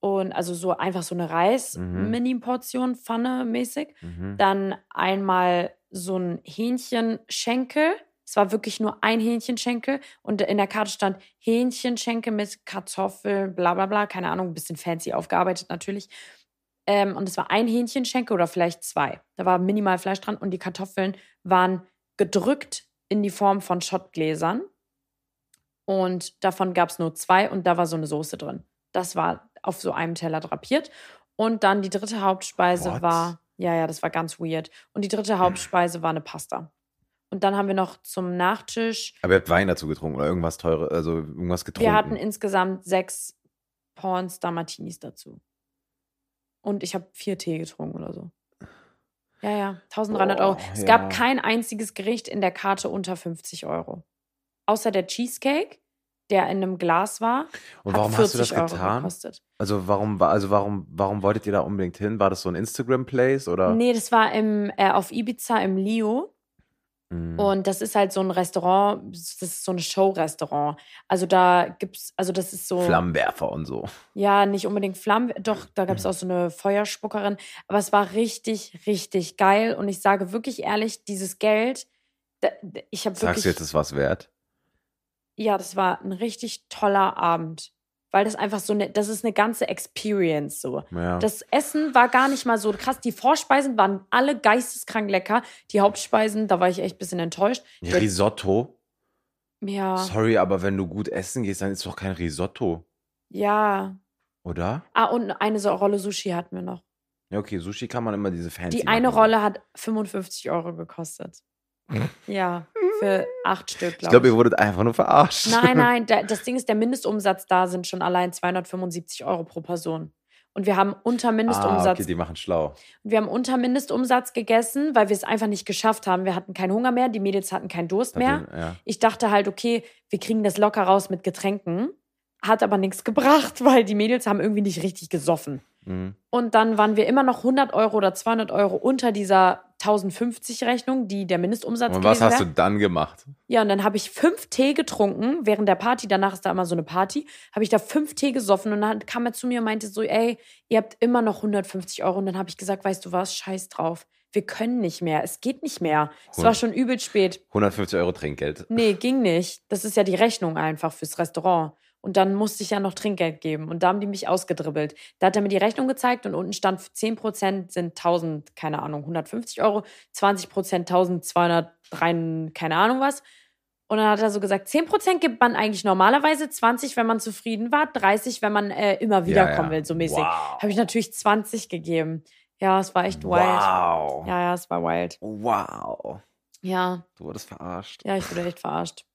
[SPEAKER 1] Und also so einfach so eine
[SPEAKER 2] Mhm.
[SPEAKER 1] Reis-Mini-Portion, Pfanne mäßig.
[SPEAKER 2] Mhm.
[SPEAKER 1] Dann einmal so ein Hähnchenschenkel. Es war wirklich nur ein Hähnchenschenkel. Und in der Karte stand Hähnchenschenkel mit Kartoffeln, bla bla bla. Keine Ahnung, ein bisschen fancy aufgearbeitet natürlich. Ähm, und es war ein Hähnchenschenkel oder vielleicht zwei. Da war minimal Fleisch dran und die Kartoffeln waren gedrückt in die Form von Schottgläsern. Und davon gab es nur zwei und da war so eine Soße drin. Das war auf so einem Teller drapiert. Und dann die dritte Hauptspeise
[SPEAKER 2] What?
[SPEAKER 1] war, ja, ja, das war ganz weird. Und die dritte Hauptspeise war eine Pasta. Und dann haben wir noch zum Nachtisch,
[SPEAKER 2] Aber ihr habt Wein dazu getrunken oder irgendwas teure, also irgendwas getrunken.
[SPEAKER 1] wir hatten insgesamt sechs Porns da Martinis dazu. Und ich habe vier Tee getrunken oder so. Ja, ja, 1300 Euro.
[SPEAKER 2] Boah,
[SPEAKER 1] Es
[SPEAKER 2] ja.
[SPEAKER 1] gab kein einziges Gericht in der Karte unter 50 Euro. Außer der Cheesecake, der in einem Glas war.
[SPEAKER 2] und
[SPEAKER 1] hat
[SPEAKER 2] warum hast du das
[SPEAKER 1] 40 Euro
[SPEAKER 2] getan?
[SPEAKER 1] Gekostet.
[SPEAKER 2] Also warum, war- also warum, warum wolltet ihr da unbedingt hin? War das so ein Instagram-Place oder?
[SPEAKER 1] Nee, das war im, äh, auf Ibiza im Lio.
[SPEAKER 2] Mhm.
[SPEAKER 1] Und das ist halt so ein Restaurant, das ist so ein Show-Restaurant. Also da gibt's, also das ist so.
[SPEAKER 2] Flammenwerfer und so.
[SPEAKER 1] Ja, nicht unbedingt Flammen, doch, da gab es auch so eine Feuerspuckerin. Aber es war richtig, richtig geil. Und ich sage wirklich ehrlich, dieses Geld, da, da- ich habe wirklich.
[SPEAKER 2] Sagst du jetzt, ist was wert?
[SPEAKER 1] ja, das war ein richtig toller Abend. Weil das einfach so eine, das ist eine ganze Experience so.
[SPEAKER 2] Ja.
[SPEAKER 1] Das Essen war gar nicht mal so krass. Die Vorspeisen waren alle geisteskrank lecker. Die Hauptspeisen, da war ich echt ein bisschen enttäuscht.
[SPEAKER 2] Ja, Risotto.
[SPEAKER 1] Ja,
[SPEAKER 2] Sorry, aber wenn du gut essen gehst, dann ist doch kein Risotto,
[SPEAKER 1] ja.
[SPEAKER 2] oder?
[SPEAKER 1] Ah, und eine so Rolle Sushi hatten wir noch.
[SPEAKER 2] Ja, okay, Sushi kann man immer diese Fans.
[SPEAKER 1] Die eine Rolle hat 55 Euro gekostet. Ja, für acht Stück,
[SPEAKER 2] Ich
[SPEAKER 1] glaube ich.
[SPEAKER 2] glaube, ihr wurdet einfach nur verarscht.
[SPEAKER 1] Nein, nein, da, das Ding ist, der Mindestumsatz da sind schon allein 275 Euro pro Person. Und wir haben unter Mindestumsatz
[SPEAKER 2] Ah, okay, die machen schlau.
[SPEAKER 1] Wir haben unter Mindestumsatz gegessen, weil wir es einfach nicht geschafft haben. Wir hatten keinen Hunger mehr, die Mädels hatten keinen Durst mehr.
[SPEAKER 2] Ja.
[SPEAKER 1] Ich dachte halt, okay, wir kriegen das locker raus mit Getränken. Hat aber nichts gebracht, weil die Mädels haben irgendwie nicht richtig gesoffen.
[SPEAKER 2] Mhm.
[SPEAKER 1] Und dann waren wir immer noch 100 Euro oder 200 Euro unter dieser 1050-Rechnung, die der Mindestumsatz
[SPEAKER 2] Und was
[SPEAKER 1] gewesen
[SPEAKER 2] hast du
[SPEAKER 1] wäre.
[SPEAKER 2] dann gemacht?
[SPEAKER 1] Ja, und dann habe ich fünf Tee getrunken während der Party. Danach ist da immer so eine Party. Habe ich da fünf Tee gesoffen und dann kam er zu mir und meinte so, ey, ihr habt immer noch 150 Euro. Und dann habe ich gesagt, weißt du was, scheiß drauf. Wir können nicht mehr. Es geht nicht mehr. Es war
[SPEAKER 2] Hund-
[SPEAKER 1] schon übel spät.
[SPEAKER 2] 150 Euro Trinkgeld.
[SPEAKER 1] Nee, ging nicht. Das ist ja die Rechnung einfach fürs Restaurant. Und dann musste ich ja noch Trinkgeld geben. Und da haben die mich ausgedribbelt. Da hat er mir die Rechnung gezeigt und unten stand 10% sind 1000, keine Ahnung, 150 Euro, 20% 1203, keine Ahnung was. Und dann hat er so gesagt, 10% gibt man eigentlich normalerweise, 20, wenn man zufrieden war, 30, wenn man äh, immer wiederkommen will, so mäßig.
[SPEAKER 2] Wow.
[SPEAKER 1] Habe ich natürlich 20 gegeben. Ja, es war echt wild.
[SPEAKER 2] Wow.
[SPEAKER 1] Ja, ja, es war wild.
[SPEAKER 2] Wow.
[SPEAKER 1] Ja,
[SPEAKER 2] Du wurdest verarscht.
[SPEAKER 1] ja, ich wurde echt verarscht.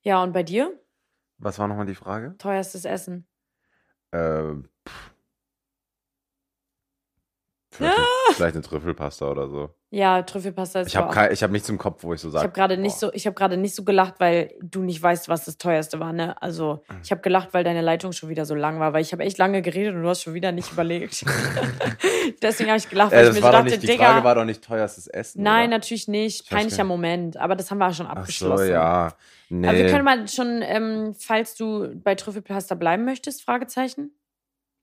[SPEAKER 1] Ja, und bei dir?
[SPEAKER 2] Was war nochmal die Frage? Äh,
[SPEAKER 1] Teuerstes Essen.
[SPEAKER 2] Ähm, pff. Vielleicht, eine-
[SPEAKER 1] Ah!
[SPEAKER 2] vielleicht eine Trüffelpasta oder so.
[SPEAKER 1] Ja, Trüffelpasta ist
[SPEAKER 2] Ich habe
[SPEAKER 1] aber auch-
[SPEAKER 2] hab Oh. nichts im Kopf, wo ich so
[SPEAKER 1] Ich habe
[SPEAKER 2] sage.
[SPEAKER 1] gerade nicht so, ich habe gerade nicht so gelacht, weil du nicht weißt, was das teuerste war, ne? Also
[SPEAKER 2] Mhm.
[SPEAKER 1] ich habe gelacht, weil deine Leitung schon wieder so lang war, weil ich habe echt lange geredet und du hast schon wieder nicht überlegt. Deswegen habe ich gelacht, weil
[SPEAKER 2] Äh,
[SPEAKER 1] ich
[SPEAKER 2] das
[SPEAKER 1] mir
[SPEAKER 2] war
[SPEAKER 1] so
[SPEAKER 2] doch
[SPEAKER 1] dachte,
[SPEAKER 2] nicht, die
[SPEAKER 1] Digga.
[SPEAKER 2] Frage war doch nicht teuerstes Essen.
[SPEAKER 1] nein,
[SPEAKER 2] oder?
[SPEAKER 1] natürlich nicht.
[SPEAKER 2] Ich weiß gar
[SPEAKER 1] Peinlicher
[SPEAKER 2] nicht.
[SPEAKER 1] Moment, aber das haben wir schon
[SPEAKER 2] Ach so,
[SPEAKER 1] abgeschlossen.
[SPEAKER 2] ja. Nee.
[SPEAKER 1] Aber wir können mal schon, ähm, falls du bei Trüffelpasta bleiben möchtest, Fragezeichen.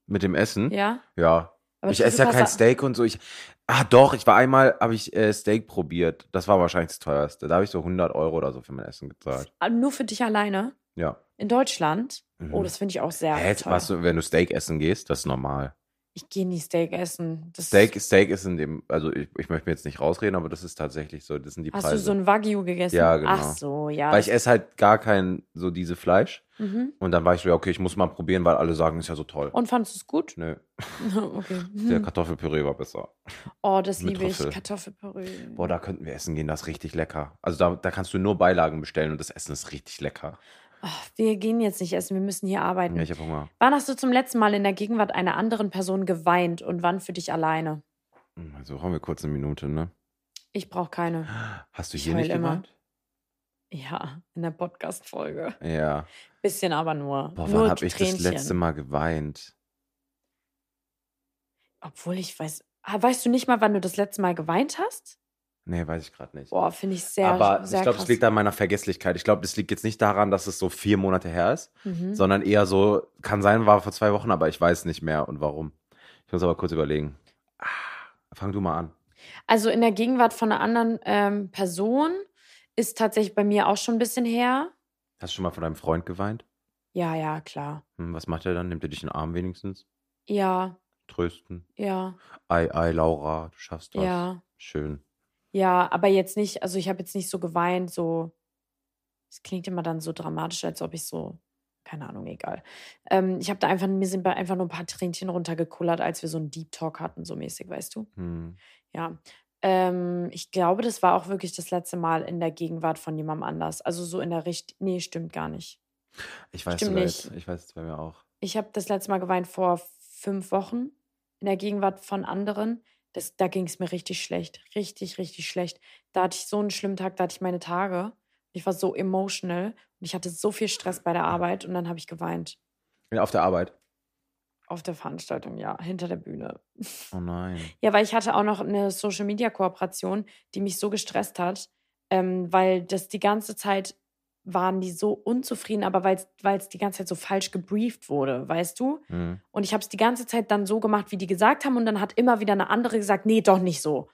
[SPEAKER 2] Mit dem Essen? Ja.
[SPEAKER 1] Ja. Aber
[SPEAKER 2] Hm? Ich esse ja kein
[SPEAKER 1] Trüffelpasta-
[SPEAKER 2] Steak und so. Ich, ah, doch, ich war einmal, habe ich äh, Steak probiert. Das war wahrscheinlich das teuerste. Da habe ich so 100 Euro oder so für mein Essen gezahlt.
[SPEAKER 1] Ah, Nur für dich alleine
[SPEAKER 2] Ja.
[SPEAKER 1] in Deutschland.
[SPEAKER 2] Mhm.
[SPEAKER 1] Oh, das finde ich auch sehr
[SPEAKER 2] Hä,
[SPEAKER 1] toll.
[SPEAKER 2] was, du- wenn du Steak essen gehst, das ist normal.
[SPEAKER 1] Ich gehe nie Steak essen. Das
[SPEAKER 2] Steak, Steak ist in dem, also ich, ich möchte mir jetzt nicht rausreden, aber das ist tatsächlich so. Das sind die
[SPEAKER 1] Hast
[SPEAKER 2] Preise.
[SPEAKER 1] du so ein Wagyu gegessen?
[SPEAKER 2] Ja, genau.
[SPEAKER 1] Ach so, ja.
[SPEAKER 2] Weil ich esse halt gar kein, so diese Fleisch.
[SPEAKER 1] mhm.
[SPEAKER 2] Und dann war ich so, ja, okay, ich muss mal probieren, weil alle sagen, ist ja so toll.
[SPEAKER 1] Und Mhm. fandest du es gut?
[SPEAKER 2] Nö,
[SPEAKER 1] okay.
[SPEAKER 2] der Kartoffelpüree war besser.
[SPEAKER 1] Oh, das
[SPEAKER 2] mit
[SPEAKER 1] liebe ich.
[SPEAKER 2] Trüffel.
[SPEAKER 1] Kartoffelpüree.
[SPEAKER 2] Boah, da könnten wir essen gehen, das ist richtig lecker. Also da, da kannst du nur Beilagen bestellen und das Essen ist richtig lecker.
[SPEAKER 1] Ach, Oh, wir gehen jetzt nicht essen, wir müssen hier arbeiten.
[SPEAKER 2] Ja, ich habe Hunger.
[SPEAKER 1] Wann hast du zum letzten Mal in der Gegenwart einer anderen Person geweint und wann für dich alleine?
[SPEAKER 2] Hm, Also haben wir kurz eine Minute, ne?
[SPEAKER 1] Ich brauche keine.
[SPEAKER 2] Hast du
[SPEAKER 1] Ich
[SPEAKER 2] hier
[SPEAKER 1] heul
[SPEAKER 2] nicht
[SPEAKER 1] immer.
[SPEAKER 2] gemeint?
[SPEAKER 1] Ja, in der Podcast-Folge.
[SPEAKER 2] Ja.
[SPEAKER 1] Bisschen aber nur.
[SPEAKER 2] Boah,
[SPEAKER 1] nur
[SPEAKER 2] wann habe ich das
[SPEAKER 1] Tränchen.
[SPEAKER 2] letzte Mal geweint?
[SPEAKER 1] Obwohl ich weiß. Ah, Weißt du nicht mal, wann du das letzte Mal geweint hast?
[SPEAKER 2] Nee, weiß ich gerade nicht.
[SPEAKER 1] Boah, finde ich sehr,
[SPEAKER 2] aber
[SPEAKER 1] sehr
[SPEAKER 2] ich glaube, es
[SPEAKER 1] krass.
[SPEAKER 2] liegt an meiner Vergesslichkeit. Ich glaube, das liegt jetzt nicht daran, dass es so vier Monate her ist,
[SPEAKER 1] mhm.
[SPEAKER 2] sondern eher so, kann sein, war vor zwei Wochen, aber ich weiß nicht mehr und warum. Ich muss aber kurz überlegen. Ah, fang du mal an.
[SPEAKER 1] Also in der Gegenwart von einer anderen ähm, Person ist tatsächlich bei mir auch schon ein bisschen her.
[SPEAKER 2] Hast du schon mal von deinem Freund geweint?
[SPEAKER 1] Ja, ja, klar.
[SPEAKER 2] Hm, was macht er dann? Nimmt er dich in den Arm wenigstens?
[SPEAKER 1] Ja,
[SPEAKER 2] Trösten.
[SPEAKER 1] ja,
[SPEAKER 2] Ei, ei, Laura, du schaffst das.
[SPEAKER 1] ja,
[SPEAKER 2] Schön.
[SPEAKER 1] ja. Aber jetzt nicht, also ich habe jetzt nicht so geweint, so. Es klingt immer dann so dramatisch, als ob ich so, keine Ahnung, egal. Ähm, ich habe da einfach, mir sind bei- einfach nur ein paar Tränchen runtergekullert, als wir so einen Deep Talk hatten, so mäßig, weißt du?
[SPEAKER 2] Hm.
[SPEAKER 1] Ja. Ähm, ich glaube, das war auch wirklich das letzte Mal in der Gegenwart von jemandem anders. Also so in der Richt, nee, stimmt gar nicht.
[SPEAKER 2] Ich weiß
[SPEAKER 1] Stimmt
[SPEAKER 2] sogar
[SPEAKER 1] nicht.
[SPEAKER 2] jetzt. Ich weiß es bei mir auch.
[SPEAKER 1] Ich habe das letzte Mal geweint vor fünf Wochen in der Gegenwart von anderen. Das, da ging es mir richtig schlecht. Richtig, richtig schlecht. Da hatte ich so einen schlimmen Tag, da hatte ich meine Tage. Ich war so emotional und ich hatte so viel Stress bei der Arbeit und dann habe ich geweint.
[SPEAKER 2] Ja, Auf der Arbeit.
[SPEAKER 1] Auf der Veranstaltung, ja, hinter der Bühne.
[SPEAKER 2] Oh nein.
[SPEAKER 1] Ja, weil ich hatte auch noch eine Social Media Kooperation, die mich so gestresst hat, ähm, weil das die ganze Zeit waren die so unzufrieden, aber weil es die ganze Zeit so falsch gebrieft wurde, weißt du?
[SPEAKER 2] Hm.
[SPEAKER 1] Und ich habe es die ganze Zeit dann so gemacht, wie die gesagt haben. Und dann hat immer wieder eine andere gesagt, nee, doch nicht so.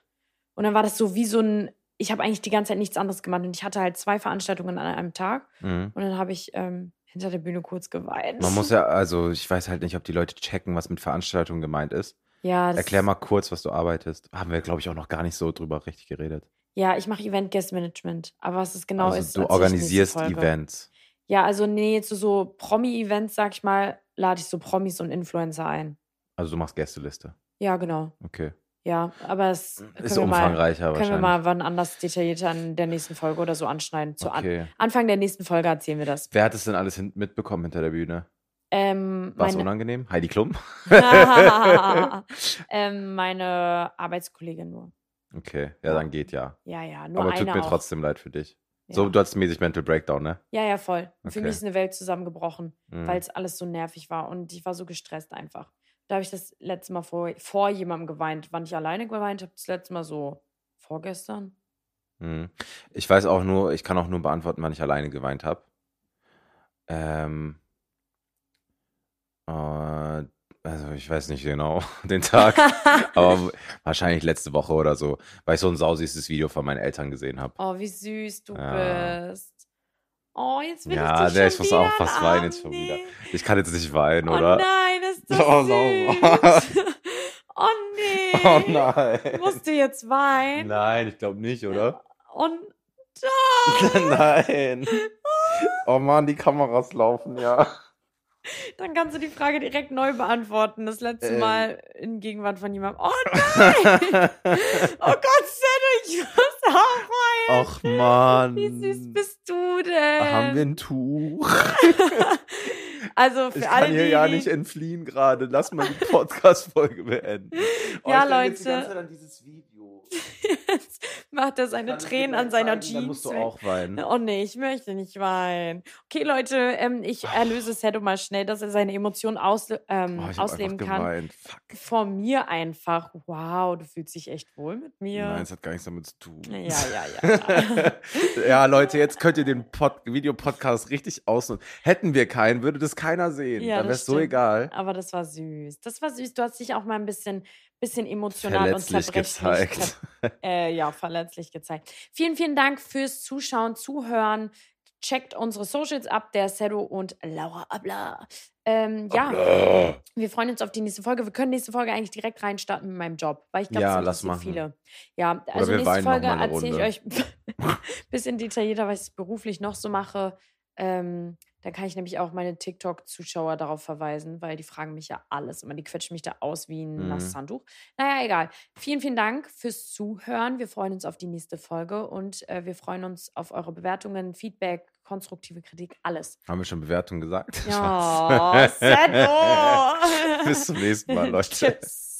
[SPEAKER 1] Und dann war das so wie so ein, ich habe eigentlich die ganze Zeit nichts anderes gemacht. Und ich hatte halt zwei Veranstaltungen an einem Tag.
[SPEAKER 2] Hm.
[SPEAKER 1] Und dann habe ich ähm, hinter der Bühne kurz geweint.
[SPEAKER 2] Man muss ja, also ich weiß halt nicht, ob die Leute checken, was mit Veranstaltung gemeint ist.
[SPEAKER 1] ja, das-
[SPEAKER 2] Erklär mal kurz, was du arbeitest. Haben wir, glaube ich, auch noch gar nicht so drüber richtig geredet.
[SPEAKER 1] Ja, ich mache Event-Guest-Management. Aber was es genau
[SPEAKER 2] also
[SPEAKER 1] ist,
[SPEAKER 2] du
[SPEAKER 1] erzähl ich nächste
[SPEAKER 2] organisierst
[SPEAKER 1] Folge.
[SPEAKER 2] Events.
[SPEAKER 1] Ja, also nee, zu so Promi-Events, sag ich mal, lade ich so Promis und Influencer ein.
[SPEAKER 2] Also du machst Gästeliste.
[SPEAKER 1] Ja, genau.
[SPEAKER 2] Okay.
[SPEAKER 1] Ja, aber es können
[SPEAKER 2] Ist
[SPEAKER 1] wir mal,
[SPEAKER 2] umfangreicher
[SPEAKER 1] können wir
[SPEAKER 2] wahrscheinlich.
[SPEAKER 1] mal wann anders detaillierter in der nächsten Folge oder so anschneiden. Zu an
[SPEAKER 2] okay.
[SPEAKER 1] Anfang der nächsten Folge erzählen wir das.
[SPEAKER 2] Wer hat es denn alles hin mitbekommen hinter der Bühne?
[SPEAKER 1] Ähm,
[SPEAKER 2] War es
[SPEAKER 1] meine,
[SPEAKER 2] unangenehm? Heidi Klum? ne?
[SPEAKER 1] ähm, meine Arbeitskollegin nur.
[SPEAKER 2] Okay, ja, dann geht ja.
[SPEAKER 1] Ja, ja, nur
[SPEAKER 2] Aber
[SPEAKER 1] eine
[SPEAKER 2] tut mir
[SPEAKER 1] auch.
[SPEAKER 2] trotzdem leid für dich.
[SPEAKER 1] ja.
[SPEAKER 2] So, du hattest mäßig Mental Breakdown, ne?
[SPEAKER 1] ja, ja, voll. Für
[SPEAKER 2] Okay.
[SPEAKER 1] mich ist eine Welt zusammengebrochen,
[SPEAKER 2] Mhm.
[SPEAKER 1] weil es alles so nervig war und ich war so gestresst einfach. Da habe ich das letzte Mal vor, vor jemandem geweint. Wann ich alleine geweint habe, das letzte Mal so vorgestern.
[SPEAKER 2] Mhm. Ich weiß auch nur, ich kann auch nur beantworten, wann ich alleine geweint habe. Ähm, äh, also ich weiß nicht genau den Tag, aber wahrscheinlich letzte Woche oder so, weil ich so ein sausieses Video von meinen Eltern gesehen habe.
[SPEAKER 1] oh, wie süß du
[SPEAKER 2] Ja.
[SPEAKER 1] bist. Oh, jetzt will
[SPEAKER 2] Ja,
[SPEAKER 1] ich dich
[SPEAKER 2] der
[SPEAKER 1] schon
[SPEAKER 2] ist fast
[SPEAKER 1] wieder
[SPEAKER 2] auch fast
[SPEAKER 1] am
[SPEAKER 2] weinen jetzt
[SPEAKER 1] Arm
[SPEAKER 2] schon wieder.
[SPEAKER 1] nehmen.
[SPEAKER 2] Ich kann jetzt nicht weinen,
[SPEAKER 1] Oh
[SPEAKER 2] oder?
[SPEAKER 1] nein, ist das
[SPEAKER 2] Oh, sauber.
[SPEAKER 1] süß. oh nee.
[SPEAKER 2] Oh nein.
[SPEAKER 1] Musst du jetzt weinen?
[SPEAKER 2] Nein, ich glaube nicht, oder?
[SPEAKER 1] Und
[SPEAKER 2] nein. Oh Mann, die Kameras laufen, ja.
[SPEAKER 1] dann kannst du die Frage direkt neu beantworten. Das letzte
[SPEAKER 2] Ähm.
[SPEAKER 1] Mal in Gegenwart von jemandem. Oh, nein, oh Gott, Senne, ich muss auch weinen.
[SPEAKER 2] Ach Mann.
[SPEAKER 1] Wie süß bist du denn?
[SPEAKER 2] Haben wir ein Tuch?
[SPEAKER 1] Also für
[SPEAKER 2] Ich
[SPEAKER 1] alle,
[SPEAKER 2] kann
[SPEAKER 1] die,
[SPEAKER 2] hier ja
[SPEAKER 1] die-
[SPEAKER 2] nicht entfliehen gerade. Lass mal die Podcast-Folge beenden. Oh,
[SPEAKER 1] Ja,
[SPEAKER 2] ich denk jetzt die
[SPEAKER 1] Leute.
[SPEAKER 2] ganze Zeit an dieses Video.
[SPEAKER 1] macht er seine
[SPEAKER 2] Kann ich
[SPEAKER 1] Tränen
[SPEAKER 2] dir
[SPEAKER 1] an
[SPEAKER 2] gleich
[SPEAKER 1] seiner
[SPEAKER 2] zeigen?
[SPEAKER 1] Jeans.
[SPEAKER 2] Dann musst du
[SPEAKER 1] weg.
[SPEAKER 2] auch weinen.
[SPEAKER 1] Oh nee, ich möchte nicht weinen. Okay, Leute, ähm, ich erlöse Sedo mal schnell, dass er seine Emotionen ausle ähm,
[SPEAKER 2] Oh, ich hab
[SPEAKER 1] ausleben
[SPEAKER 2] einfach
[SPEAKER 1] kann.
[SPEAKER 2] geweint. Fuck.
[SPEAKER 1] Von mir einfach. Wow, du fühlst dich echt wohl mit mir.
[SPEAKER 2] Nein, es hat gar nichts damit zu tun.
[SPEAKER 1] Ja, ja, ja,
[SPEAKER 2] ja, Leute, jetzt könnt ihr den Pod Videopodcast richtig ausnutzen. Hätten wir keinen, würde das keiner sehen.
[SPEAKER 1] Ja, das
[SPEAKER 2] Dann wäre es so
[SPEAKER 1] stimmt.
[SPEAKER 2] egal.
[SPEAKER 1] Aber das war süß. Das war süß. Du hast dich auch mal ein bisschen, bisschen emotional und
[SPEAKER 2] Verletzlich
[SPEAKER 1] zerbrechlich
[SPEAKER 2] gezeigt.
[SPEAKER 1] zer- Äh, ja, verletzlich gezeigt. Vielen, vielen Dank fürs Zuschauen, Zuhören. Checkt unsere Socials ab, der Sedo und Laura Abla. Ähm, ja,
[SPEAKER 2] Ja.
[SPEAKER 1] wir freuen uns auf die nächste Folge. Wir können nächste Folge eigentlich direkt reinstarten mit meinem Job, weil ich glaube,
[SPEAKER 2] Ja,
[SPEAKER 1] es sind
[SPEAKER 2] lass
[SPEAKER 1] so
[SPEAKER 2] machen.
[SPEAKER 1] viele. Ja, also
[SPEAKER 2] wir
[SPEAKER 1] nächste
[SPEAKER 2] weinen noch
[SPEAKER 1] Folge
[SPEAKER 2] mal eine
[SPEAKER 1] erzähle ich
[SPEAKER 2] Runde.
[SPEAKER 1] euch ein bisschen detaillierter, was ich beruflich noch so mache. Ähm, da kann ich nämlich auch meine TikTok-Zuschauer darauf verweisen, weil die fragen mich ja alles immer. Die quetschen mich da aus wie ein
[SPEAKER 2] Mhm.
[SPEAKER 1] nasses Handtuch. Naja, egal. Vielen, vielen Dank fürs Zuhören. Wir freuen uns auf die nächste Folge und äh, wir freuen uns auf eure Bewertungen, Feedback, konstruktive Kritik, alles.
[SPEAKER 2] Haben wir schon Bewertung gesagt?
[SPEAKER 1] Ja, Sedo!
[SPEAKER 2] Bis zum nächsten Mal, Leute.
[SPEAKER 1] Tschüss.